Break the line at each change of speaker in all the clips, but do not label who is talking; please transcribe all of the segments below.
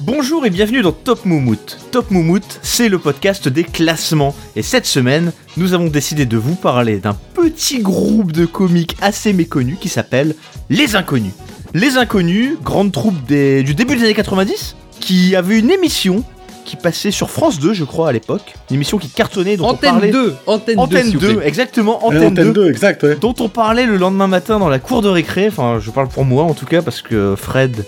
Bonjour et bienvenue dans Top Moumout. Top Moumout, c'est le podcast des classements. Et cette semaine, nous avons décidé de vous parler d'un petit groupe de comiques assez méconnus qui s'appelle Les Inconnus. Les Inconnus, grande troupe des- du début des années 90, qui avait une émission qui passait sur France 2, je crois, à l'époque. Une émission qui cartonnait, dont on
Antenne
parlait...
2, Antenne, 2,
Antenne
s'il vous plaît.
2, exactement,
Ouais,
Antenne, 2
exact, ouais.
dont on parlait le lendemain matin dans la cour de récré, enfin je parle pour moi en tout cas parce que Fred,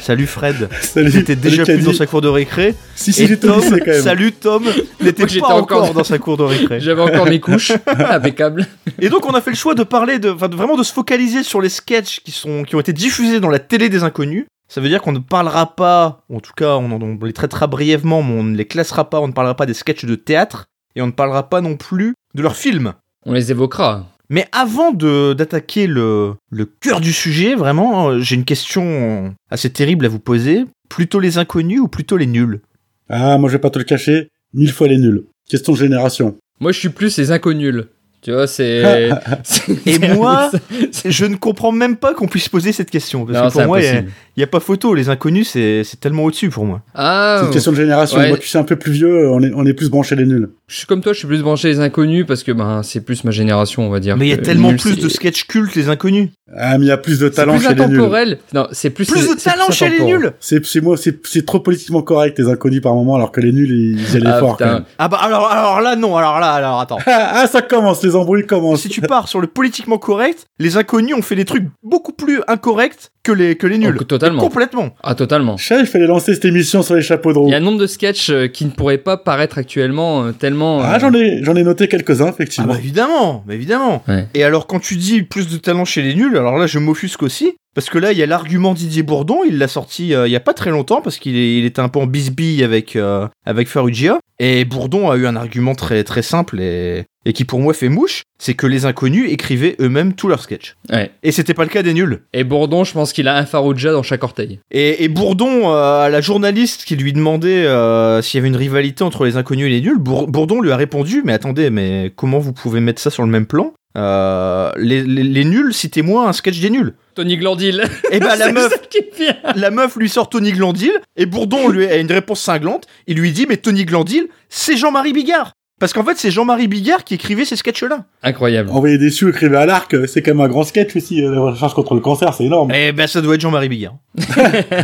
salut Fred,
Salut.
n'était déjà
salut,
plus dans
Caddy.
sa cour de récré,
Si, si,
et
j'étais au
Tom,
lycée quand même.
salut Tom, n'était
Moi, j'étais
pas encore,
encore-
dans sa cour de récré.
J'avais encore mes couches, impeccable.
Et donc on a fait le choix de parler, de, enfin, de vraiment de se focaliser sur les sketchs qui, sont, qui ont été diffusés dans la télé des inconnus. Ça veut dire qu'on ne parlera pas, ou en tout cas on, en- on les traitera brièvement, mais on ne les classera pas, on ne parlera pas des sketchs de théâtre, et on ne parlera pas non plus de leurs films.
On les évoquera.
Mais avant de- d'attaquer le, le cœur du sujet, vraiment, euh, j'ai une question assez terrible à vous poser. Plutôt les inconnus ou plutôt les nuls
Ah, moi je vais pas te le cacher, mille fois les nuls. Question de génération.
Moi, je suis plus les inconnuls. Tu vois, c'est. c'est-
Et
c'est-
moi,
c'est-
Je ne comprends même pas qu'on puisse poser cette question. Parce
Non,
que pour
c'est
moi, il
impossible.
n'y a, pas photo. Les inconnus, c'est c'est tellement au-dessus pour moi.
Ah,
c'est une question de génération.
ouais.
Moi qui suis un peu plus vieux, on est, on est plus branché les nuls.
je suis comme toi, je suis plus branché les inconnus parce que ben, c'est plus ma génération, on va dire.
Mais il y a
que
tellement
euh, nul,
plus
c'est-
de sketch cultes, les inconnus.
Ah, mais il y a plus de
C'est
talent
plus
chez les nuls.
intemporel. Non, c'est plus.
Plus de
c'est
talent chez les
intemporel.
nuls
C'est, c'est moi, c'est, c'est trop politiquement correct les inconnus par moment, alors que les nuls ils, ils allaient
Ah,
fort.
putain.
quand même.
Ah bah alors, alors là, non, alors là, alors attends.
Ah, ah, ça commence, les embrouilles commencent.
si tu pars sur le politiquement correct, les inconnus ont fait des trucs beaucoup plus incorrects que les, que les nuls.
Oh, totalement.
Complètement.
Ah, totalement.
Chat, il fallait lancer cette émission sur les chapeaux de roue.
Il y a un nombre de sketchs euh, qui ne pourraient pas paraître actuellement euh, tellement. euh,
Ah, j'en ai, j'en ai noté quelques-uns,
Ah
effectivement.
bah évidemment, mais évidemment.
Ouais.
Et alors quand tu dis plus de talent chez les nuls, alors là je m'offusque aussi, parce que là il y a l'argument Didier Bourdon, il l'a sorti euh, il y a pas très longtemps, parce qu'il est- il était un peu en bisbille avec, euh, avec Farugia, et Bourdon a eu un argument très, très simple et, et qui pour moi fait mouche, c'est que les inconnus écrivaient eux-mêmes tous leurs sketchs.
Ouais.
Et c'était pas le cas des nuls.
Et Bourdon, je pense qu'il a un Farouja dans chaque orteil.
Et, et Bourdon, euh, à la journaliste qui lui demandait euh, s'il y avait une rivalité entre les inconnus et les nuls, Bour- Bourdon lui a répondu Mais attendez, mais comment vous pouvez mettre ça sur le même plan Euh, les, les- les nuls, citez-moi un sketch des nuls.
Tony Glandil.
Et bah la
C'est
meuf,
ça qui est bien.
la meuf lui sort Tony Glandil, et Bourdon lui a une réponse cinglante. Il lui dit Mais Tony Glandil, c'est Jean-Marie Bigard Parce qu'en fait, c'est Jean-Marie Bigard qui écrivait ces sketchs-là.
Incroyable.
Envoyer des sioux, écrivez à l'arc, c'est quand même un grand sketch aussi, euh, la recherche contre le cancer, c'est énorme.
Et ben ça doit être Jean-Marie Bigard.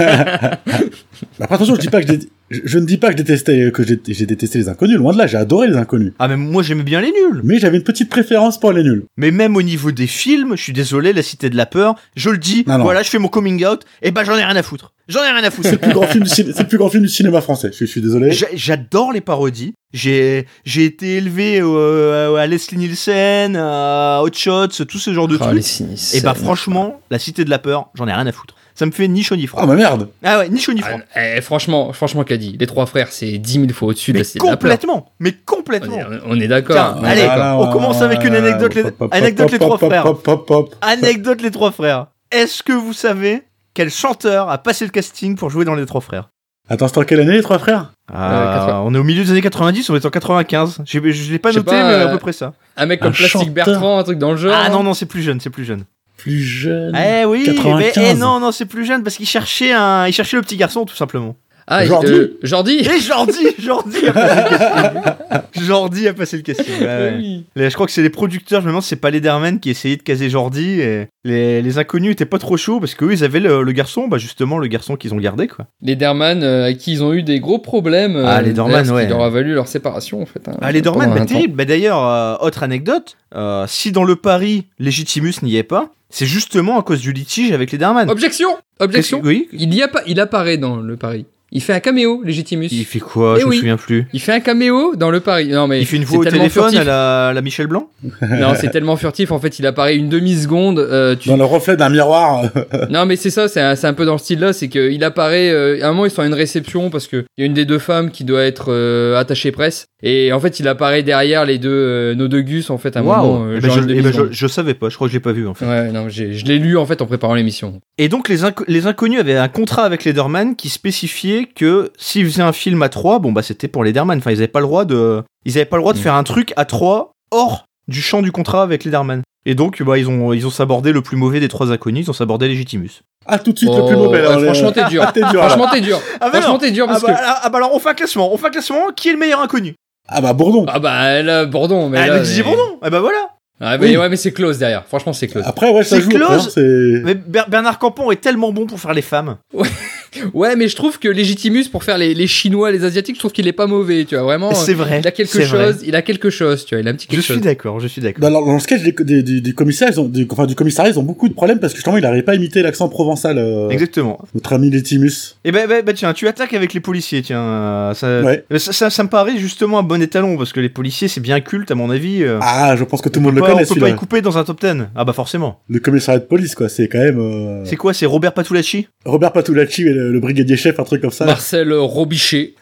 Bah, Après, attention, je dis pas que je, dé- je- je ne dis pas que je détestais, que j'ai j'ai détesté les inconnus, loin de là, j'ai adoré les inconnus.
Ah, mais moi j'aimais bien les nuls.
Mais j'avais une petite préférence pour les nuls.
Mais même au niveau des films, je suis désolé, La Cité de la Peur, je le dis,
Non, non.
voilà, je fais mon coming out, et ben j'en ai rien à foutre. J'en ai rien à foutre.
C'est le plus grand film du, ciné- c'est le plus grand film du cinéma français. Je, je suis désolé.
J'a- J'adore les parodies. J'ai j'ai été élevé euh, à Leslie Nielsen, à Hot Shots, tout ce genre de
Ah, les
trucs.
sinistres.
Et bah franchement, La Cité de la Peur, j'en ai rien à foutre. Ça me fait ni chaud ni froid.
Ah, ma merde!
Ah ouais, ni chaud ni
Ah,
froid.
eh, franchement, franchement, qu'a dit les trois frères, c'est 10 000 fois au-dessus de
mais
la Cité de la Peur.
complètement, mais
On
complètement.
est, on est
Tiens,
d'accord. on est
Ah,
allez,
d'accord.
on commence avec une anecdote, les- anecdote, les trois frères.
Pop, pop, pop.
Anecdote les trois frères. Est-ce que vous savez quel chanteur a passé le casting pour jouer dans les trois frères
Attends, c'était en quelle année, les trois frères?
Ah,
Euh, 80.
on est au milieu des années 90, on est en 95. J'ai- Je, l'ai pas
Je sais
noté,
pas,
mais à
euh,
peu près ça.
Un mec
un
comme Plastic
chanteur.
Bertrand, un truc dans le genre.
Ah non, non, c'est plus jeune, c'est plus jeune.
Plus jeune.
eh oui, mais
95.
eh non, non, c'est plus jeune parce qu'il cherchait un, il cherchait le petit garçon tout simplement.
Ah,
Jordi.
euh, Jordi
Et Jordi, Jordi a passé le casting. Jordi a passé le casting. ouais, ouais.
Oui.
Les- Je crois que c'est les producteurs, je me demande si c'est pas les Derman qui essayaient de caser Jordi. Et les, les inconnus étaient pas trop chauds parce qu'eux, ils avaient le, le garçon, bah justement, le garçon qu'ils ont gardé quoi.
Les Derman, euh, à qui ils ont eu des gros problèmes. euh,
Ah, les Dorman,
d'ailleurs, ce qui
ouais.
leur a valu leur séparation, en fait. hein,
Ah, les Dorman,
pendant
bah,
un temps.
terrible. Bah, D'ailleurs, euh, autre anecdote, euh, si dans le pari, Legitimus n'y est pas, c'est justement à cause du litige avec les Dorman.
Objection
Qu'est-ce que-
Oh, Objection
Oui
il, y a pas, il apparaît dans le Paris. Il fait un caméo, Légitimus.
Il fait quoi
Eh
Je me
oui.
souviens plus.
Il fait un caméo dans le Paris. Non, mais
Il fait une
c'est
voix au
tellement
téléphone
furtif.
à la, à la Michel Blanc
Non, c'est tellement furtif. En fait, il apparaît une demi-seconde. euh, tu...
Dans le reflet d'un miroir.
Non, mais c'est ça, c'est un, c'est un peu dans le style là. C'est qu'il apparaît. euh, à un moment, ils sont à une réception parce qu'il y a une des deux femmes qui doit être euh, attachée presse. Et en fait, il apparaît derrière les deux, euh, nos deux gus, en fait, à un moment. euh,
Eh ben,
genre
je,
une
eh ben,
demi-seconde.
je- je savais pas, je crois que je l'ai pas vu en fait.
Ouais, non, j'ai- je l'ai lu en fait en préparant l'émission.
Et donc les, inco- les inconnus avaient un contrat avec Lederman qui spécifiait que s'ils faisaient un film à 3, bon bah c'était pour Lederman, enfin ils avaient pas le droit de ils avaient pas le droit de
Mm.
faire un truc à 3 hors du champ du contrat avec Lederman. Et donc, bah, ils ont, ils ont sabordé le plus mauvais des trois inconnus, ils ont sabordé Legitimus.
Ah, tout de suite, le plus
Oh,
mauvais. là,
ouais,
on est-
franchement, t'es dur.
Ah, t'es dur, là.
Franchement, t'es dur.
Ah, bah,
Franchement,
non.
t'es dur
Ah
parce
bah,
que.
ah, bah, alors, on fait un classement, on fait un classement, qui est le meilleur inconnu
Ah bah, Bourdon.
Ah bah là, Bourdon, mais
Ah,
là.
donc, Didier
mais-
Bourdon Ah bah voilà
Ah, mais
Oui.
ouais, mais c'est close derrière. Franchement, c'est close.
Après, ouais, ça
C'est
joue. après,
close.
hein, c'est-
Mais Ber- Bernard Campan est tellement bon pour faire les femmes.
Ouais, mais je trouve que Legitimus, pour faire les, les Chinois, les Asiatiques, je trouve qu'il est pas mauvais, tu vois, vraiment. euh,
C'est vrai.
Il a quelque
c'est vrai.
chose, il a quelque chose, tu vois, il a un petit
Je
quelque
suis
chose.
d'accord, je suis d'accord.
Bah, Dans, le- dans le sketch des, des, des- des commissaires, ils ont, des- enfin, du commissariat, ils ont beaucoup de problèmes parce que justement, il n'arrivait pas à imiter l'accent provençal, euh,
Exactement.
notre ami Letimus.
Et ben, ben, ben, tiens, tu attaques avec les policiers, tiens. euh, Ça,
Ouais.
euh, ça, ça- ça me paraît justement un bon étalon, parce que les policiers, c'est bien culte, à mon avis. euh.
Ah, je pense que tout le monde le
Pas-
connaît,
on peut pas
celui-là.
y couper dans un top 10. Ah bah forcément.
Le commissariat de police, quoi. C'est quand même, euh,
C'est quoi, c'est Robert Patulacci
Robert Patulacci, le, le brigadier chef, un truc comme ça.
Marcel Robichet.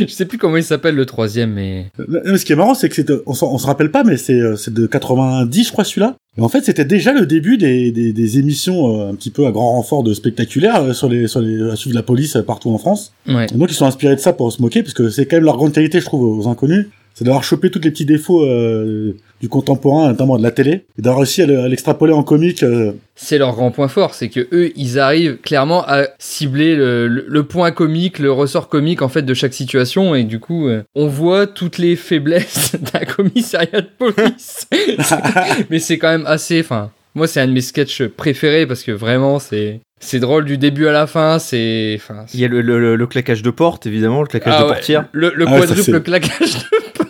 je sais plus comment il s'appelle le troisième, mais.
Non, mais ce qui est marrant, c'est que c'est de- on, s'en- on se rappelle pas, mais c'est euh, c'est de 90, je crois, celui-là. Et en fait, c'était déjà le début des, des, des émissions euh, un petit peu à grand renfort de spectaculaire euh, sur les sur les la suite de la police euh, partout en France.
Ouais.
Et donc, ils sont inspirés de ça pour se moquer, parce que c'est quand même leur grande qualité, je trouve, aux inconnus, c'est d'avoir chopé tous les petits défauts euh, du contemporain, notamment de la télé, et d'avoir réussi à le- à l'extrapoler en comique. euh.
C'est leur grand point fort, c'est que eux, ils arrivent clairement à cibler le, le- le point comique, le ressort comique en fait de chaque situation, et du coup, euh, on voit toutes les faiblesses d'un commissariat de police. Mais c'est quand même assez. Enfin, moi, c'est un de mes sketchs préférés parce que vraiment, c'est c'est drôle du début à la fin. C'est. Enfin,
Il y a le, le- le- le claquage de porte, évidemment, le claquage
Ah
de
ouais,
portière.
Le, le
Ah ouais, ça,
quadruple
c'est-
claquage de porte.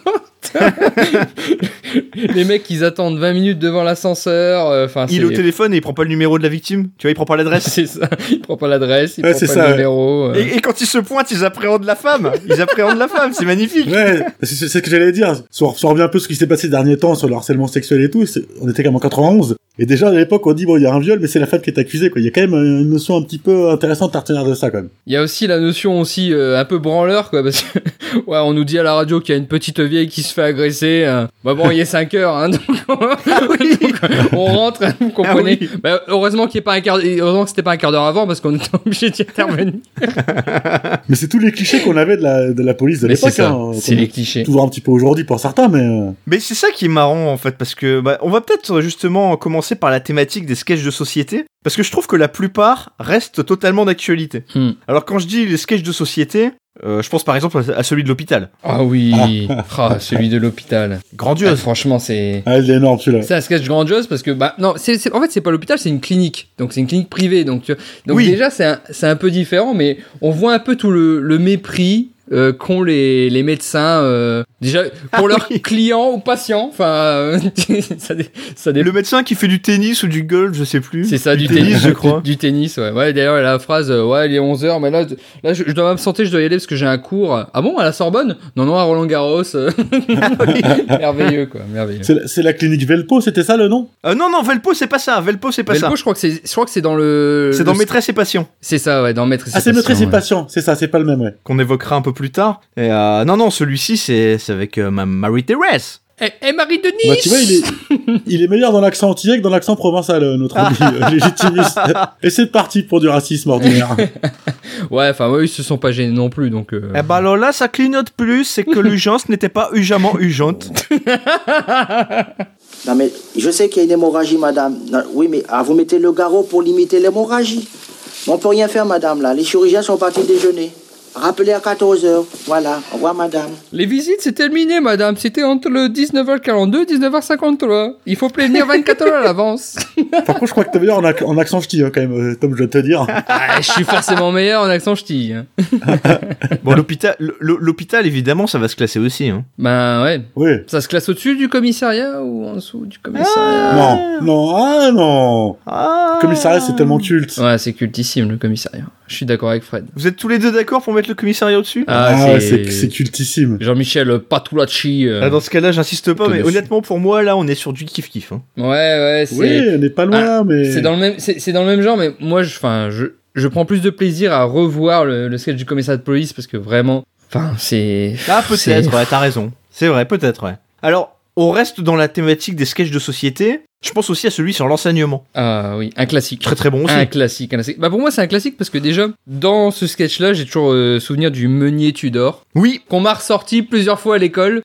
les mecs, ils attendent 20 minutes devant l'ascenseur. euh, Enfin,
Il est au
c'est-
téléphone et il prend pas le numéro de la victime. Tu vois, il prend pas l'adresse.
c'est ça. Il prend pas l'adresse, il
Ouais,
prend pas
c'est
le
ça, ouais.
numéro. euh.
Et, et quand ils se pointent, ils appréhendent la femme. Ils appréhendent la femme, c'est magnifique.
Ouais, c'est c'est- c'est ce que j'allais dire. Ça re- ça revient un peu à ce qui s'est passé ces derniers temps sur le harcèlement sexuel et tout. C'est- On était quand même en 91. Et déjà, à l'époque, on dit, bon, il y a un viol, mais c'est la femme qui est accusée, quoi. Il y a quand même euh, une notion un petit peu intéressante à retenir de ça, quand même.
Il y a aussi la notion aussi euh, un peu branleur, quoi, parce que ouais, on nous dit à la radio qu'il y a une petite vieille qui se fait agresser. euh. Bah bon, il est 5 heures, hein, donc, donc, on rentre, hein, vous comprenez.
Ah oui.
Bah, heureusement qu'il y ait pas un quart, heureusement que c'était pas un quart d'heure avant, parce qu'on était obligé d'y intervenir.
Mais c'est tous les clichés qu'on avait de la, de la police de
Mais c'est
l'époque,
ça,
hein,
c'est
qu'on-
les clichés.
Toujours un petit peu aujourd'hui pour certains, mais euh,
Mais c'est ça qui est marrant en fait, parce que bah, on va peut-être justement commencer par la thématique des sketchs de société, parce que je trouve que la plupart restent totalement d'actualité.
Hmm.
Alors quand je dis les sketchs de société, euh, je pense par exemple à- à celui de l'hôpital.
Ah oui, Ah, celui de l'hôpital. Ah,
Grandiose.
franchement, c'est
ah, il est énorme celui-là.
c'est un sketch grandiose parce que bah non, c'est c'est- en fait c'est pas l'hôpital, c'est une clinique. Donc c'est une clinique privée. Donc tu- donc
Oui.
déjà c'est un, c'est un peu différent, mais on voit un peu tout le, le mépris. euh, qu'ont les, les médecins euh, déjà pour
Ah
leurs
oui.
clients ou patients enfin euh, ça, dé- ça dépend
Le médecin qui fait du tennis ou du golf, je sais plus.
C'est ça, du,
tennis, euh, je crois.
Du, du tennis, ouais. Ouais, d'ailleurs, la phrase, euh, ouais, il est 11h, mais là, je- là je, je dois m'absenter, je dois y aller parce que j'ai un cours. Ah bon, à la Sorbonne Non, non, à Roland Garros. merveilleux, quoi, merveilleux.
C'est la- C'est la clinique Velpo, c'était ça le nom
Euh, non, non, Velpo, c'est pas ça. Velpo, c'est pas
Velpo, je crois que c'est, je crois que c'est dans le.
ça. C'est dans
le-
Maîtresse et Patient
C'est ça, ouais, dans Maîtresse.
Ah, c'est maîtresse
Patient,
et
ouais.
patient, c'est ça, c'est pas le même, ouais.
qu'on évoquera un peu plus tard. Et, euh, non, non, celui-ci, c'est c'est avec euh, ma Marie-Thérèse.
Eh, eh, Marie de Nice
Bah, tu vois, il est, il est meilleur dans l'accent antillais que dans l'accent provençal, euh, notre ami euh, légitimiste. Et c'est parti pour du racisme ordinaire.
Ouais, enfin, ouais, ils se sont pas gênés non plus, donc. euh,
Eh ben alors là, ça clignote plus, c'est que l'urgence n'était pas urgemment urgente.
Non mais je sais qu'il y a une hémorragie, madame. Non, oui, mais ah, vous mettez le garrot pour limiter l'hémorragie. Mais On peut rien faire, madame, là. Les chirurgiens sont partis déjeuner. Rappelez à 14h. Voilà. Au revoir, madame.
Les visites, c'est terminé, madame. C'était entre le 19h42 et 19h53. Il faut prévenir 24 heures à l'avance.
Par contre, je crois que t'es meilleur en, ac- en accent ch'ti, hein, quand même, euh, Tom, je dois te dire.
Ah, je suis forcément meilleur en accent ch'ti. hein.
Ah.
bon, l'hôpital, l- l'hôpital, évidemment, ça va se classer aussi. Hein.
Ben, ouais.
Oui.
Ça se classe au-dessus du commissariat ou en dessous du commissariat
Non, non, ah non
Ah.
Commissariat, c'est tellement culte.
Ouais, c'est cultissime le commissariat. Je suis d'accord avec Fred.
Vous êtes tous les deux d'accord pour mettre le commissariat au-dessus
Ah, ouais, c'est c'est cultissime.
Jean-Michel Patulacci. euh.
Ah, Dans ce cas-là, j'insiste pas,
Plutôt
mais
dessus.
honnêtement, pour moi, là, on est sur du kiff-kiff. hein.
Ouais, ouais, c'est. Ah,
Oui, on n'est pas loin, mais...
C'est dans le même, c'est c'est dans le même genre, mais moi, je, enfin, je, je prends plus de plaisir à revoir le, le sketch du commissariat de police parce que vraiment, enfin, c'est.
Ah,
c'est-
peut-être, ouais, t'as raison. C'est vrai, peut-être, ouais. Alors, On reste dans la thématique des sketchs de société. Je pense aussi à celui sur l'enseignement.
Ah oui, un classique.
Très très bon aussi.
Un classique, un classique. Bah pour moi c'est un classique parce que déjà dans ce sketch-là j'ai toujours euh, souvenir du meunier Tudor
Oui,
qu'on m'a ressorti plusieurs fois à l'école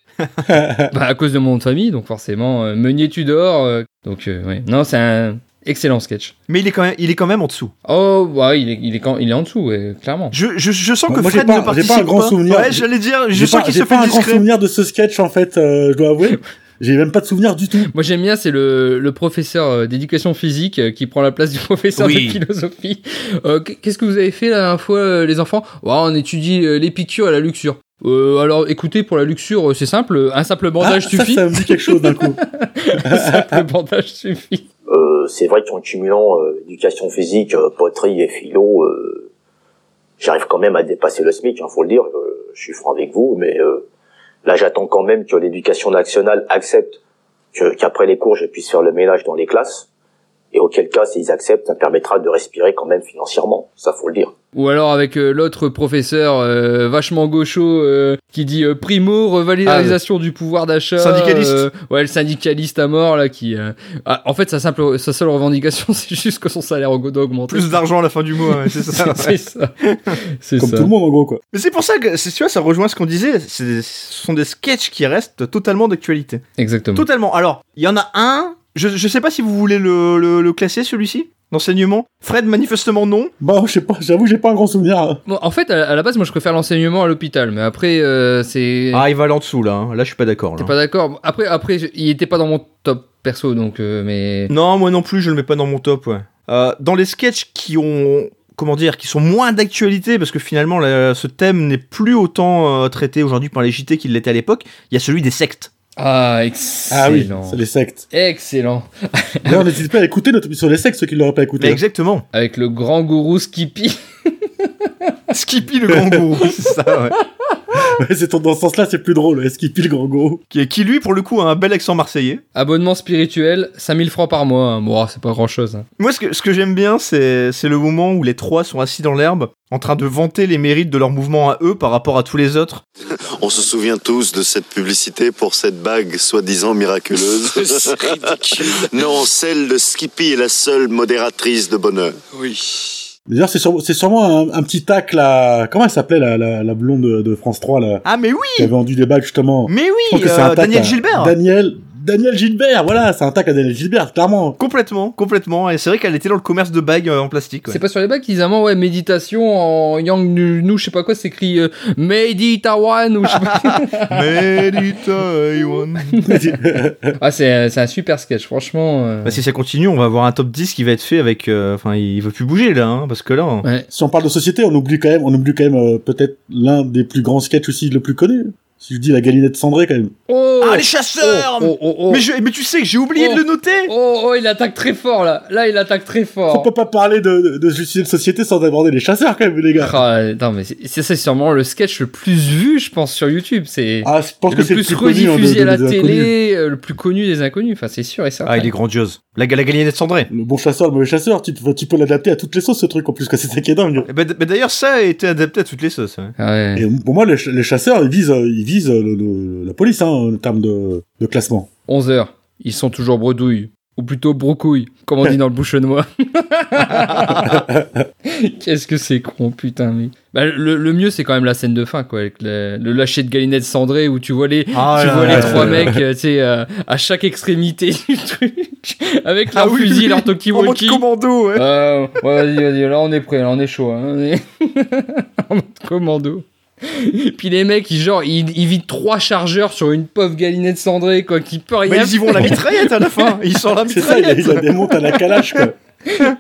bah, à cause de mon nom de famille donc forcément euh, meunier Tudor euh, donc euh, ouais. non c'est un excellent sketch.
mais il est quand même, il est quand même en dessous.
Oh ouais il est il est, quand- il est en dessous ouais, clairement.
Je, je, je sens
Moi,
que
moi, j'ai
Fred
pas-
ne
j'ai pas un
participe
grand souvenir.
Ouais, j'allais dire, je
J'ai
sens
pas-
qu'il
j'ai
se
pas
fait
un grand
discret.
souvenir de ce sketch en fait, euh, je dois avouer. J'ai même pas de souvenir du tout.
Moi j'aime bien c'est le, le professeur euh, d'éducation physique euh, qui prend la place du professeur
Oui.
de philosophie. Euh, qu- Qu'est-ce que vous avez fait la dernière fois euh, les enfants Ouais, On étudie euh, l'épicure et la luxure. Euh, alors écoutez pour la luxure euh, c'est simple, euh, un simple
Ah,
bandage
ça,
suffit.
ça me dit quelque chose d'un coup.
un simple bandage suffit.
Euh, c'est vrai qu'en cumulant euh, éducation physique, euh, poterie et philo, euh, j'arrive quand même à dépasser le SMIC, hein, faut le dire, euh, je suis franc avec vous, mais euh, là j'attends quand même que l'éducation nationale accepte que- qu'après les cours je puisse faire le ménage dans les classes, et auquel cas s'ils acceptent, ça me permettra de respirer quand même financièrement, ça faut le dire.
Ou alors avec euh, l'autre professeur euh, vachement gaucho euh, qui dit euh, primo revalorisation du pouvoir d'achat.
Syndicaliste.
euh, ouais le syndicaliste à mort là qui. euh, ah, en fait sa simple sa seule revendication c'est juste que son salaire doit augmenter.
Plus d'argent à la fin du mois, ouais, c'est ça.
C'est ça. C'est
Comme
ça.
tout le monde en gros quoi.
Mais c'est pour ça que, c'est- tu vois, ça rejoint ce qu'on disait. c'est- Ce sont des sketchs qui restent totalement d'actualité.
Exactement.
Totalement. Alors, il y en a un. Je, je sais pas si vous voulez le, le, le classer celui-ci. L'enseignement. Fred, manifestement non.
Bon, Bah, je sais pas, j'avoue, j'ai pas un grand souvenir. hein.
Bon, en fait, à à la base, moi, je préfère l'enseignement à l'hôpital, mais après, euh, c'est.
Ah, il va aller en dessous là. hein. Là, je suis pas d'accord.
T'es
là.
pas d'accord. Bon, Après, après, je- il était pas dans mon top perso, donc. euh, mais.
Non, moi non plus, je le mets pas dans mon top. ouais. Euh, dans les sketchs qui ont, comment dire, qui sont moins d'actualité, parce que finalement la- ce thème n'est plus autant euh, traité aujourd'hui par les JT qu'il l'était à l'époque. Il y a celui des sectes.
Ah, excellent.
Ah oui, c'est les sectes.
Excellent.
D'ailleurs, n'hésitez pas à écouter notre émission sur les sectes, ceux qui l'auraient pas
Mais
écouté.
exactement.
Avec le grand gourou Skippy.
Skippy le grand gourou, c'est ça. Ouais.
Ouais, c'est dans ce sens-là, c'est plus drôle. Est-ce qu'il pile grand gros
Qui, qui, lui, pour le coup, a un bel accent marseillais.
Abonnement spirituel, 5000 francs par mois. hein. Bon, c'est pas grand chose.
Moi, ce que, ce que j'aime bien, c'est c'est le moment où les trois sont assis dans l'herbe, en train de vanter les mérites de leur mouvement à eux par rapport à tous les autres.
On se souvient tous de cette publicité pour cette bague soi-disant miraculeuse.
C'est ridicule.
non, celle de Skippy est la seule modératrice de bonheur.
Oui.
D'ailleurs, c'est sûrement, c'est sûrement un, un petit tac là. Comment elle s'appelait la, la, la blonde de, de France 3 là
Ah, mais
Qui
oui
avait vendu des bagues justement.
Mais
Je pense
oui
que c'est
euh,
un tac
Daniel
à-
Gilbert
Daniel, Daniel Gilbert, voilà, c'est un tac à Daniel Gilbert, clairement.
Complètement, complètement. Et c'est vrai qu'elle était dans le commerce de bagues euh, en plastique. ouais.
C'est pas sur les bacs qu'ils amènent, ouais, méditation en Yang Nu, nu, je sais pas quoi, c'est écrit euh, Meditawan ou je sais pas.
Mérite, euh, Iwan.
ah, c'est c'est un super sketch, franchement. euh,
Bah, si ça continue, on va avoir un top 10 qui va être fait avec. euh, Enfin, il veut plus bouger là, hein, parce que là. on-
ouais.
si on parle de société, on oublie quand même, on oublie quand même euh, peut-être l'un des plus grands sketchs aussi le plus connu. Si je dis la galinette cendrée quand même.
Oh,
Ah, les chasseurs
oh, oh, oh.
Mais, je- mais tu sais que j'ai oublié
Oh.
de le noter
Oh, oh, il attaque très fort là. Là, il attaque très
On
fort.
peut pas parler de, de, de justice de société sans aborder les chasseurs quand même, les gars.
Ah, attends, mais c'est c'est- c'est sûrement le sketch le plus vu, je pense, sur YouTube. C'est
Ah, je pense
le
que c'est le
plus
plus connu hein, de-
rediffusé à
de-
la
des inconnus.
télé, euh, le plus connu des inconnus. Enfin, c'est sûr et certain.
Ah, il est grandiose. La, la galinette cendrée.
Le bon chasseur, le mauvais chasseur, tu peux, tu peux l'adapter à toutes les sauces ce truc en plus, que c'est ça qui est dingue.
Eh ben, d- ben, D'ailleurs, ça a été adapté à toutes les sauces. hein. ouais.
Ah ouais.
Et pour moi, les, ch- les chasseurs, ils visent, euh, ils visent euh, le- le- la police hein, en termes de, de classement.
11 heures. Ils sont toujours bredouilles. Ou plutôt brocouilles, comme on dit dans le bouchonnois. Qu'est-ce que c'est con, putain, mais. Bah, le, le mieux, c'est quand même la scène de fin, quoi, avec le, le lâcher de galinette cendrée où tu vois les,
Ah
tu
là
vois
là
les
là
trois
là.
mecs, euh, tu sais, euh, à chaque extrémité du truc, avec leur
Ah oui,
fusil,
oui,
leur
En mode
talkie-walkie.
commando, ouais.
Euh, ouais, vas-y, vas-y, là on est prêt, là on est chaud. Hein, on est- en mode commando. Puis les mecs, ils, genre, ils, ils vident trois chargeurs sur une pauvre galinette cendrée, quoi, qui peut rien.
Mais ils y vont à la mitraillette à la fin. Ils sont à la
C'est ça, ils la,
mitraillette.
ils la démontent à la calache, quoi.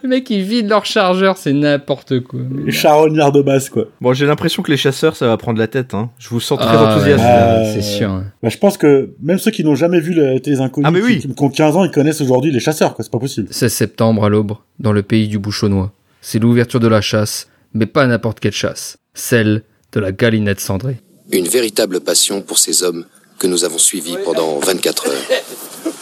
Les mecs, ils vident leurs chargeurs, c'est n'importe quoi.
Les charognards de base, quoi.
Bon, j'ai l'impression que les chasseurs, ça va prendre la tête. Hein. Je vous sens très
Ah,
enthousiaste.
ouais,
Euh,
C'est sûr. hein.
Bah, je pense que même ceux qui n'ont jamais vu la télé inconnus,
Ah, mais oui.
qui, qui ont 15 ans, ils connaissent aujourd'hui les chasseurs, quoi. C'est pas possible.
16 septembre à l'aube, dans le pays du bouchonnois. C'est l'ouverture de la chasse, mais pas n'importe quelle chasse. Celle de la galinette cendrée.
Une véritable passion pour ces hommes que nous avons suivis pendant 24 heures.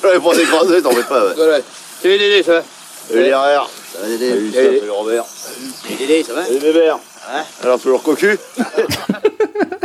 Ouais, pour des grands yeux, t'en fais pas, ouais.
Salut Dédé, ça va
Salut les rares. Salut Lucien,
Salut.
salut Robert.
Salut Dédé, ça va
Salut Bébert. Alors, toujours cocu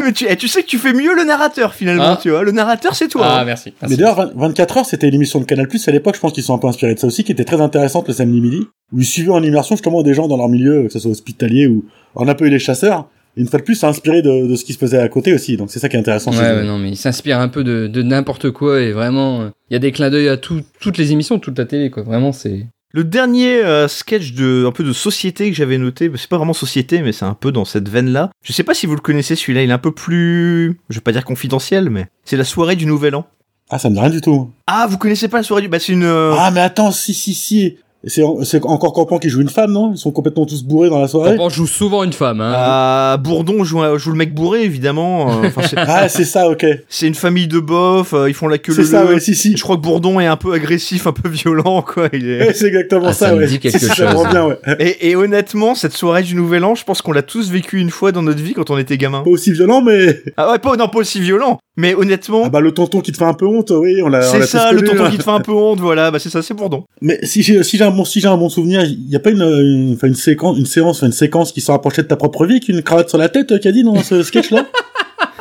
Mais tu, eh, tu sais que tu fais mieux le narrateur finalement,
Ah.
tu vois. Le narrateur, c'est toi.
Ah, merci.
Mais d'ailleurs, 20 24 heures, c'était une émission de Canal Plus à l'époque, je pense qu'ils sont un peu inspirés de ça aussi, qui était très intéressante le samedi midi, où ils suivaient en immersion justement des gens dans leur milieu, que ce soit hospitalier ou on a peu eu les chasseurs. Et une fois de plus, c'est inspiré de, de ce qui se faisait à côté aussi, donc c'est ça qui est intéressant.
Ouais,
chez eux.
ouais, non, mais il s'inspire un peu de, de n'importe quoi et vraiment, euh, il y a des clins d'œil à tout- toutes les émissions, toute la télé, quoi. Vraiment, c'est.
Le dernier euh, sketch de un peu de société que j'avais noté, c'est pas vraiment société, mais c'est un peu dans cette veine-là. Je sais pas si vous le connaissez celui-là, il est un peu plus, je vais pas dire confidentiel, mais c'est la soirée du Nouvel An.
Ah, ça me dit rien du tout.
Ah, vous connaissez pas la soirée du, bah c'est une, euh,
Ah, mais attends, si, si, si. C'est c'est encore Campan qui joue une femme, non Ils sont complètement tous bourrés dans la soirée.
On joue souvent une femme, hein.
ah, Bourdon joue, un- joue le mec bourré évidemment. euh, enfin, c'est-
Ah, c'est ça, ok.
c'est une famille de bofs, euh, ils font la queue
C'est
le
ça,
leu.
ouais, si, si.
Je crois que Bourdon est un peu agressif, un peu violent, quoi. Il est...
Ouais, c'est exactement
Ah,
ça,
ça me
ouais.
dit quelque
Si, si, Ça me
chose.
revient, ouais.
Et, et honnêtement, cette soirée du Nouvel An, je pense qu'on l'a tous vécu une fois dans notre vie quand on était gamin.
Pas aussi violent, mais.
Ah ouais, pas, non, pas aussi violent, mais honnêtement,
Ah, bah, le tonton qui te fait un peu honte, oui, on l'a. on
c'est
l'a
ça,
tous
le
connu,
tonton
hein.
qui te fait un peu honte, voilà, bah c'est ça, c'est Bourdon.
Mais si j'ai si j'ai un bon si j'ai un bon souvenir, il y a pas une une, enfin, une séquence une séance enfin, une séquence qui se rapprochait de ta propre vie qu'une cravate sur la tête euh, qu'a dit dans ce sketch là.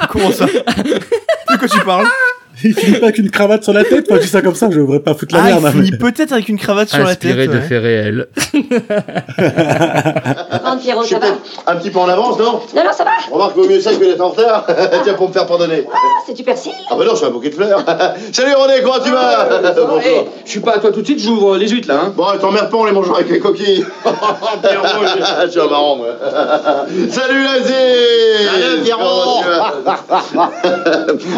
Comment ça De quoi tu parles
il finit pas avec une cravate sur la tête, moi je dis ça comme ça, je devrais pas foutre la
Ah,
merde.
il
hein,
finit
mais-
peut-être avec une cravate sur la
Inspiré
tête.
de
ouais.
faits réels.
Prendre Pierrot,
Je suis
ça va
peut-être un petit peu en avance, non
Non, non, ça va
Remarque, vaut mieux ça que d'être en retard. Tiens, pour me faire pardonner.
Ah, C'est du persil
Ah bah non, je suis un bouquet de fleurs. Salut René, comment tu
Ah,
vas Bonjour.
Eh, je suis pas à toi tout de suite, j'ouvre les huîtres là. Hein. Oh,
Bon, t'emmerdes pas en les mangeant avec les coquilles. je suis un marrant, moi. Salut Lazé
Salut, Pierrot.
Comment tu vas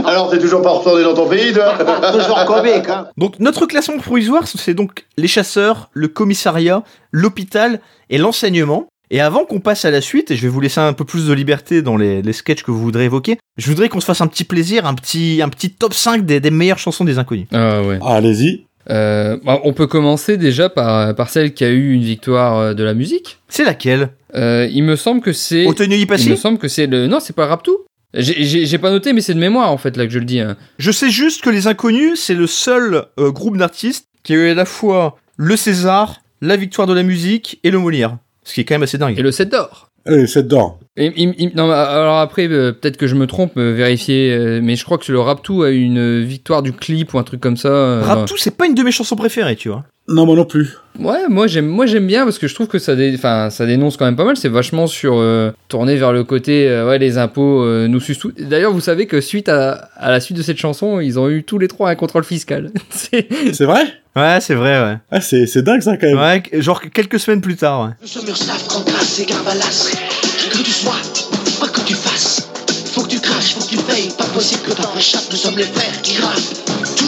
Alors, t'es toujours pas retourné dans ton pays, toi
Toujours comique, hein.
Donc notre classement provisoire, c'est donc les chasseurs, le commissariat, l'hôpital et l'enseignement. Et avant qu'on passe à la suite, et je vais vous laisser un peu plus de liberté dans les, les sketchs que vous voudrez évoquer, je voudrais qu'on se fasse un petit plaisir, un petit, un petit top 5 des, des meilleures chansons des inconnus.
Ah ouais.
Ah, allez-y.
Euh, bah, on peut commencer déjà par, par celle qui a eu une victoire euh, de la musique.
C'est laquelle
Euh, il me semble que c'est.
Au tenu y
Il me
passé
semble que c'est le. Non, c'est pas Raptou. J'ai- J'ai j'ai pas noté, mais c'est de mémoire en fait là que je le dis. hein.
Je sais juste que les inconnus, c'est le seul euh, groupe d'artistes qui a eu à la fois le César, la victoire de la musique et le Molière. Ce qui est quand même assez dingue.
Et le 7 d'or.
Allez, c'est dedans.
Et il- il- non, mais alors après, euh, peut-être que je me trompe, euh, vérifier, euh, mais je crois que le Raptou a eu une euh, victoire du clip ou un truc comme ça. euh,
Raptou, c'est pas une de mes chansons préférées, tu vois.
Non, moi non plus.
Ouais, moi j'aime, moi j'aime bien parce que je trouve que ça, dé- enfin, ça dénonce quand même pas mal. C'est vachement sur euh, tourné vers le côté, euh, ouais, les impôts euh, nous sucent. tout. D'ailleurs, vous savez que suite à, à la suite de cette chanson, ils ont eu tous les trois un contrôle fiscal. C'est-
C'est vrai
Ouais, c'est vrai, ouais.
Ah, c'est c'est dingue ça quand même.
Ouais, que- genre quelques semaines plus tard, ouais.
Le mur slave qu'on trace et garbalas. Que tu sois, pas que tu fasses. Faut que tu craches, faut que tu payes. Pas possible que t'en réchappes, nous sommes les frères qui rappent. Tout.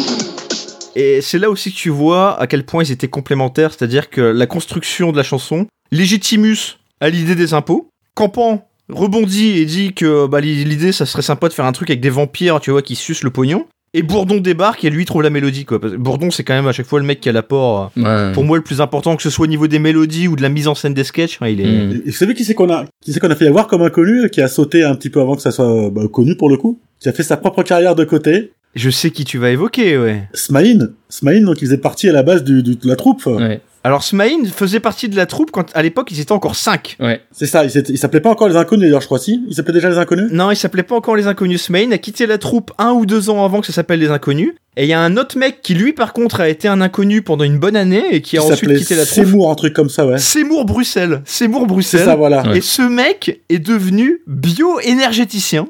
Et c'est là aussi que tu vois à quel point ils étaient complémentaires, c'est-à-dire que la construction de la chanson, Légitimus a l'idée des impôts, Campan rebondit et dit que bah, l'i- l'idée, ça serait sympa de faire un truc avec des vampires, tu vois, qui sucent le pognon, et Bourdon débarque et lui trouve la mélodie, quoi. Parce que Bourdon, c'est quand même à chaque fois le mec qui a l'apport,
Ouais.
euh, pour moi, le plus important, que ce soit au niveau des mélodies ou de la mise en scène des sketchs, ouais, il est...
Mm.
Et vous savez qui c'est qu'on a qui c'est qu'on a fait avoir comme inconnu euh, qui a sauté un petit peu avant que ça soit euh, bah, connu pour le coup, qui a fait sa propre carrière de côté.
Je sais qui tu vas évoquer, ouais.
Smaïn, Smaïn donc il faisait partie à la base du, du- de la troupe.
Ouais.
Alors, Smaïn faisait partie de la troupe quand, à l'époque, ils étaient encore 5.
C'est ça, il s'était- il s'appelait pas encore les inconnus d'ailleurs, je crois si. Il s'appelait déjà les inconnus
Non, il s'appelait pas encore Les Inconnus. Smain a quitté la troupe un ou deux ans avant que ça s'appelle Les Inconnus. Et il y a un autre mec qui, lui, par contre, a été un inconnu pendant une bonne année et qui a ensuite quitté la troupe.
Seymour, un truc comme ça, ouais.
Seymour Bruxelles. Seymour
C'est
Bruxelles.
ça, voilà.
Ouais.
Et ce mec est devenu bio-énergéticien.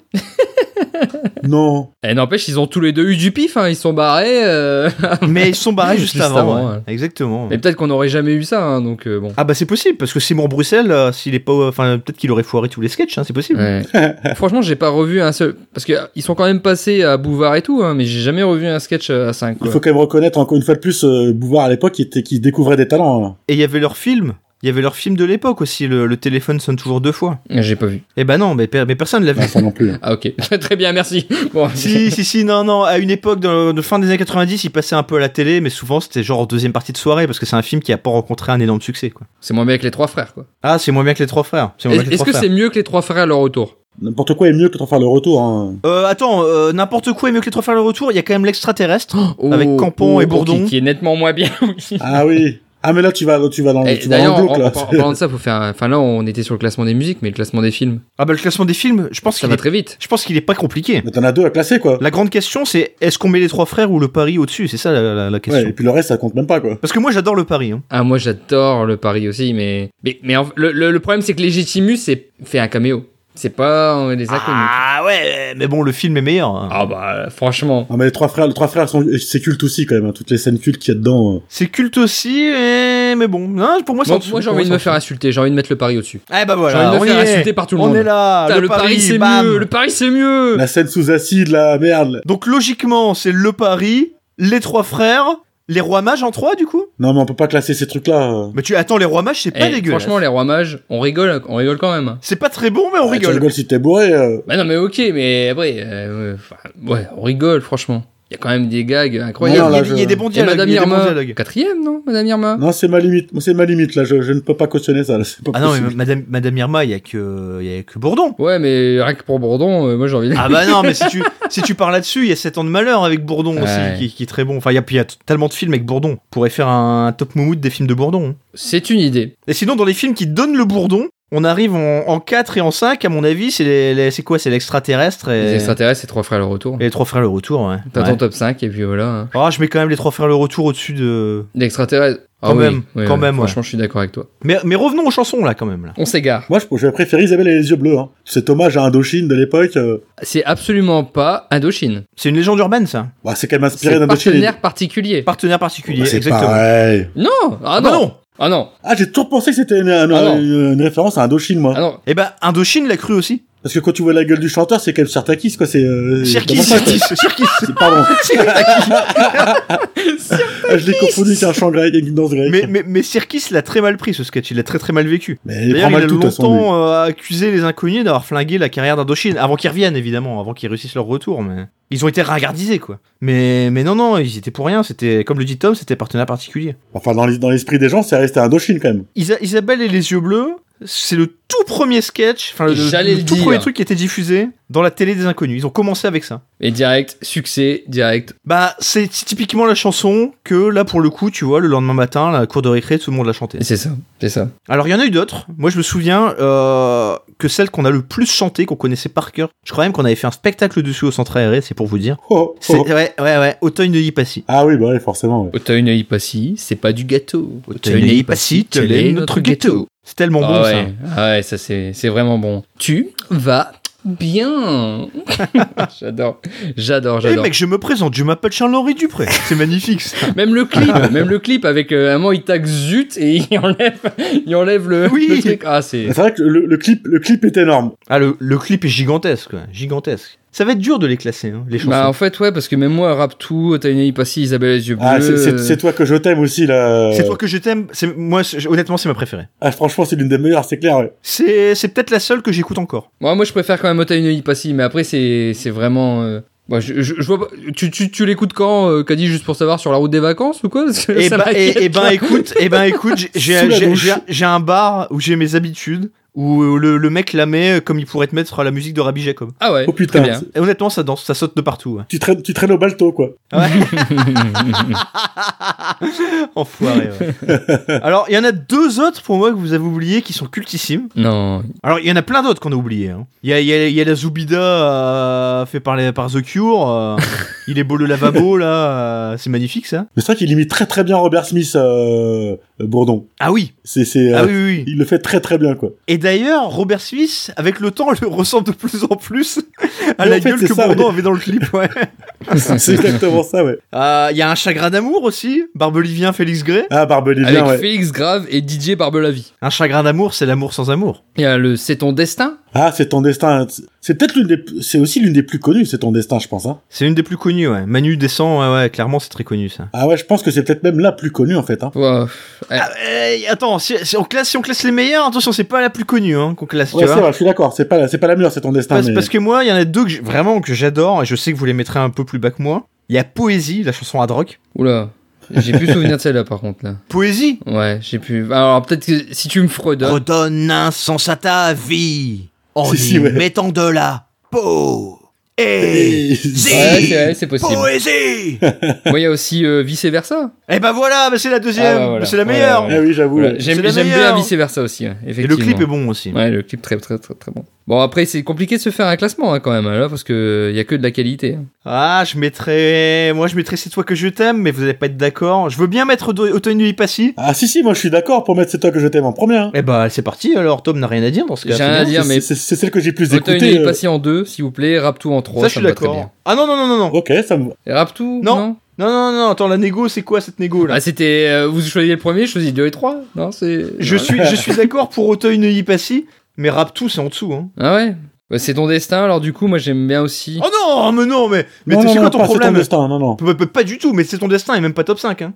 Non.
Et n'empêche, ils ont tous les deux eu du pif, hein, ils sont barrés. euh.
mais ils sont barrés juste,
Juste
avant.
avant,
ouais.
ouais.
Exactement. ouais.
Mais peut-être qu'on n'aurait jamais eu ça, hein, donc euh, bon.
Ah bah c'est possible parce que Seymour Bruxelles, euh, s'il est pas, enfin peut-être qu'il aurait foiré tous les sketchs, hein, c'est possible.
Ouais. Franchement, j'ai pas revu un seul. Parce que euh, ils sont quand même passés à Bouvard et tout, hein, mais j'ai jamais revu un sketch euh, à 5.
Il faut quand même reconnaître encore une fois de plus euh, Bouvard à l'époque qui était qui découvrait des talents. hein.
Et il y avait leur film, il y avait leur film de l'époque aussi. Le, le téléphone sonne toujours deux fois.
J'ai pas vu.
Eh ben non, mais, per- mais personne l'a vu.
Non, ça non plus. hein.
Ah, ok. Très bien, merci. Bon.
si, si, si, non, non. À une époque, de, de fin des années 90, il passait un peu à la télé, mais souvent c'était genre en deuxième partie de soirée, parce que c'est un film qui a pas rencontré un énorme succès, quoi.
C'est moins bien que les trois frères, quoi.
Ah, c'est moins bien que les trois frères. C'est moins bien que les
Est-ce
trois
que
frères.
c'est mieux que les trois frères à leur retour
N'importe quoi est mieux que de faire le retour. Hein.
Euh, attends, euh, n'importe quoi est mieux que les trois frères le retour. Il y a quand même l'extraterrestre.
Oh,
Avec Campan et
qui-
Bourdon.
Qui, est nettement moins bien. oui.
Ah oui. Ah mais là tu vas tu vas dans le,
Eh,
tu vas dans
D'ailleurs,
le
en,
glauque,
en-
là.
en parlant de ça, faut faire. un- Enfin, là, on était sur le classement des musiques, mais le classement des films.
Ah bah le classement des films, je pense qu'il
va
est-
très vite.
Je pense qu'il est pas compliqué.
Mais t'en as deux à classer quoi.
La grande question c'est est-ce qu'on met les trois frères ou le pari au-dessus C'est ça la, la- la question.
Ouais, et puis le reste ça compte même pas quoi.
Parce que moi j'adore le pari. hein.
Ah, moi, j'adore le Paris aussi, mais mais, mais en- le, le- le problème, c'est que Legitimus c'est- fait un caméo. C'est pas euh, des inconnus.
Ah ouais, mais bon le film est meilleur. hein.
Ah bah franchement.
Ah mais les trois frères les trois frères sont c'est culte aussi quand même hein, toutes les scènes cultes qu'il y a dedans. euh.
C'est culte aussi, mais, mais bon, hein, pour moi c'est en
Moi,
dessous,
Ah, moi, j'ai
pour
envie de
c'est en
me faire insulter, j'ai envie de mettre le pari au-dessus.
dessous. Eh bah
j'ai
voilà,
envie de
on
me
y
faire
est.
insulter par tout le
on
monde.
est là,
Putain,
Ah, le,
le, pari, c'est
bam. Bah,
mieux, le pari c'est mieux.
La scène sous acide là merde.
Donc logiquement c'est le pari, les trois frères, les rois mages en trois du coup.
Non mais on peut pas classer ces trucs là. euh.
Mais tu attends les rois mages c'est pas
Eh,
dégueulasse.
franchement, les rois mages, on rigole, on rigole quand même.
C'est pas très bon mais on
Ah, Tu
rigole.
rigoles si t'es bourré. euh.
Bah non, mais ok, mais après, euh, ouais, enfin, ouais, on rigole, franchement. Il y a quand même des gags
Il y a-
incroyables.
Non, là,
il y a- il y a des bons
Et
dialogues.
Madame
il y a des bons
Irma,
dialogues.
quatrième, non, Madame Irma
Non c'est ma limite Moi, c'est ma limite là je, je ne peux pas cautionner ça là, c'est
Oh,
pas
Ah non, mais
possible.
Madame, Madame Irma, il y a que, il y a que Bourdon.
Ouais, mais rien que pour Bourdon, euh, moi j'ai envie de...
Ah bah non, mais si tu, si tu parles là-dessus, il y a 7 ans de malheur avec Bourdon
Ouais.
aussi, qui, qui est très bon. Enfin, il y a, puis il y a t- tellement de films avec Bourdon. On pourrait faire un top moumoute des films de Bourdon. hein.
C'est une idée.
Et sinon, dans les films qui donnent le Bourdon, on arrive en, 4 et en 5, à mon avis, c'est les, les- c'est quoi C'est l'extraterrestre
Les
et,
extraterrestres, c'est trois frères le retour.
et les trois frères le retour, ouais.
T'as ton
Ouais.
top 5 et puis voilà. hein.
Ah, je mets quand même les trois frères le retour au-dessus de.
Les extraterrestres. Ah
Quand
oui,
même,
oui,
quand
oui,
même, ouais.
Franchement, je suis d'accord avec toi.
Mais, mais revenons aux chansons là, quand même. Là.
On s'égare.
Moi je, je préfère Isabelle et les yeux bleus. Hein. Cet hommage à Indochine de l'époque. euh,
C'est absolument pas Indochine.
C'est une légende urbaine, ça.
Bah, c'est quand même inspiré
C'est
d'un
partenaire particulier.
Partenaire particulier,
C'est
exactement.
pareil.
Non Ah
Ah bah
non
non
Ah non
Ah, j'ai toujours pensé que c'était une, une-
Ah non.
une- une référence à Indochine, moi.
Ah non
Eh ben, Indochine l'a cru aussi.
Parce que quand tu vois la gueule du chanteur, c'est quand même Sartakis, quoi. C'est. Euh,
Cirkis,
comment ça, quoi
Cirkis, Cirkis.
C'est- Pardon. Ah, je l'ai confondu avec un chant grec, avec une danse grecque.
Mais, mais, mais Sirkis l'a très mal pris ce sketch, il l'a très très mal vécu.
Mais il
D'ailleurs,
prend
il a
mal tout, de toute façon. lui.
longtemps euh, accusé les inconnus d'avoir flingué la carrière d'Indochine, avant qu'ils reviennent évidemment, avant qu'ils réussissent leur retour. Mais ils ont été ringardisés quoi. Mais, mais non, non, ils étaient pour rien, c'était, comme le dit Tom, c'était partenaire particulier.
Enfin, dans l'es- dans l'esprit des gens, c'est resté Indochine, quand même.
Isa- Isabelle et les yeux bleus, c'est le tout premier sketch, enfin le,
J'allais
le
le
tout
dire.
premier truc qui était diffusé dans la télé des inconnus. Ils ont commencé avec ça.
Et direct, succès, direct.
Bah, c'est typiquement la chanson que là pour le coup, tu vois, le lendemain matin, la cour de récré, tout le monde l'a chantée.
Et C'est ça, c'est ça.
Alors il y en a eu d'autres. Moi je me souviens euh, que celle qu'on a le plus chantée, qu'on connaissait par cœur. Je crois même qu'on avait fait un spectacle dessus au centre aéré, c'est pour vous dire.
Oh, oh.
C'est ouais ouais ouais. Auteuil ne y passy.
Ah oui, bah oui, forcément. ouais.
Auteuil Neuilly Passy, c'est pas du gâteau.
Auteuil Neuilly Passy, tel est notre ghetto. C'est tellement
Ah
bon
ouais, ah ouais, ça c'est c'est vraiment bon. Tu vas bien. j'adore, j'adore,
ça. Eh
j'adore.
mec, je me présente, je m'appelle Charles-Henri Dupré. C'est magnifique ça.
Même le clip, même le clip avec euh, un moment il tac zut et il enlève, il enlève le,
Oui.
le truc. Ah c'est.
C'est vrai que le, le clip, le clip est énorme.
Ah le, le clip est gigantesque, quoi. gigantesque. Ça va être dur de les classer, hein, les chansons.
Bah en fait ouais parce que même moi rap tout, t'as une passy, Isabelle les yeux bleus.
Ah, c'est- c'est
euh,
c'est toi que je t'aime aussi, là.
c'est toi que je t'aime. C'est moi, c'est- honnêtement, c'est ma préférée.
Ah, franchement, c'est l'une des meilleures, c'est clair, ouais.
C'est c'est peut-être la seule que j'écoute encore.
Moi, moi, je préfère quand même Otaï Neuilly Passy, mais après, c'est c'est vraiment. euh, moi, je, je, je vois pas- Tu, tu, tu l'écoutes quand, euh, Caddy, juste pour savoir sur la route des vacances ou quoi Parce que
Et,
ça
ben-
m'inquiète,
et, et ben
là.
écoute, et ben écoute, j'ai-
Sous
j'ai
la
j'ai-
douche.
j'ai- j'ai un bar où j'ai mes habitudes, où le, le mec la met euh, comme il pourrait te mettre la musique de Rabbi Jacob.
Ah ouais.
Oh
très
putain.
bien.
Et honnêtement, ça danse, ça saute de partout. ouais.
Tu traînes, tu traînes au balto, quoi.
Enfoiré. ouais. Alors, il y en a deux autres pour moi que vous avez oubliés qui sont cultissimes.
Non.
Alors, il y en a plein d'autres qu'on a oubliés. hein. Il y, a, il y a- il y a la Zubida euh, fait par, les- par The Cure. euh, il est beau le lavabo là. euh, c'est magnifique ça.
Mais c'est vrai qu'il imite très très bien Robert Smith, euh, Bourdon.
Ah oui.
C'est, c'est,
Ah
euh,
oui, oui, oui.
il le fait très très bien, quoi.
Et d'ailleurs, Robert Smith, avec le temps, le ressemble de plus en plus à
Mais
la
en fait,
gueule
c'est
que
ça,
Bourdon
ouais.
avait dans le clip. ouais. Ah, Euh,
C'est exactement ça, ouais.
Il y a un chagrin d'amour aussi, Barbelivien Félix Gray.
Ah, Barbelivien,
Avec
ouais.
Félix Grave et Didier Barbelavi.
Un chagrin d'amour, c'est l'amour sans amour.
Il y a le C'est ton destin
Ah, c'est ton destin. C'est peut-être l'une des, c'est aussi l'une des plus connues, c'est ton destin, je pense, hein.
C'est une des plus connues, ouais. Manu descend, ouais, ouais, clairement, c'est très connu ça.
Ah ouais, je pense que c'est peut-être même la plus connue, en fait, hein.
Ouah.
Ah, euh, attends, si, si on classe, si on classe les meilleurs, attention, c'est pas la plus connue hein, qu'on classe,
Ouais,
tu
c'est
vois.
vrai, je suis d'accord. C'est pas, la- c'est pas la meilleure, c'est ton destin,
Parce,
mais.
parce que moi, il y en a deux que j'ai- vraiment que j'adore, et je sais que vous les mettrez un peu plus bas que moi. Il y a Poésie, la chanson Hard Rock.
Oula. J'ai plus souvenir de celle-là par contre là.
Poésie
Ouais, j'ai plus. Alors peut-être que si tu me hein. fredonnes.
Redonne un sens à ta vie en
Si, si,
y
ouais.
mettant de la peau
Eh
Hey,
Ouais, c'est vrai, c'est possible.
Poésie
Moi, il y a aussi euh, vice versa.
Eh ben voilà, bah c'est la deuxième,
Ah, bah voilà.
c'est la
Ouais,
meilleure.
ouais, ouais.
Ah oui, j'avoue.
Voilà,
ouais.
J'aime
C'est la
j'aime bien
meilleure.
vice versa aussi. ouais,
Et le
effectivement.
clip est bon aussi.
Ouais, le clip très très très très bon. Bon après c'est compliqué de se faire un classement hein, quand même là parce que il y a que de la qualité. hein.
Ah, je mettrais, moi je mettrais c'est toi que je t'aime, mais vous allez pas être d'accord. Je veux bien mettre Do- Otoine du Ipassi.
Ah si si, moi je suis d'accord pour mettre c'est toi que je t'aime en première. hein.
Eh ben c'est parti. Alors Tom n'a rien à dire dans ce cas.
J'ai rien à dire
C'est-
mais
c'est c'est celle que j'ai plus
Auteuil
écoutée.
est
euh.
passé en deux s'il vous plaît, Raptou en trois,
Ça
ça,
je suis
me va très
d'accord.
bien.
Ah non non non non non.
Ok, ça me.
Et Raptou
Non. Non non non. Attends, la négo c'est quoi cette négo là
Ah c'était euh, vous choisissez le premier, je choisis deux et trois. Non, c'est
Je
Ouais.
suis je suis d'accord pour Auteuil Neuilly Passy, mais Raptou c'est en dessous hein.
Ah ouais. Bah, c'est ton destin alors du coup moi j'aime bien aussi.
Oh non, mais non, mais mais
non,
c'est
non,
quoi
non,
ton
pas, c'est
problème
destin, non non.
P- p- Pas du tout, mais c'est ton destin et même pas top 5 hein.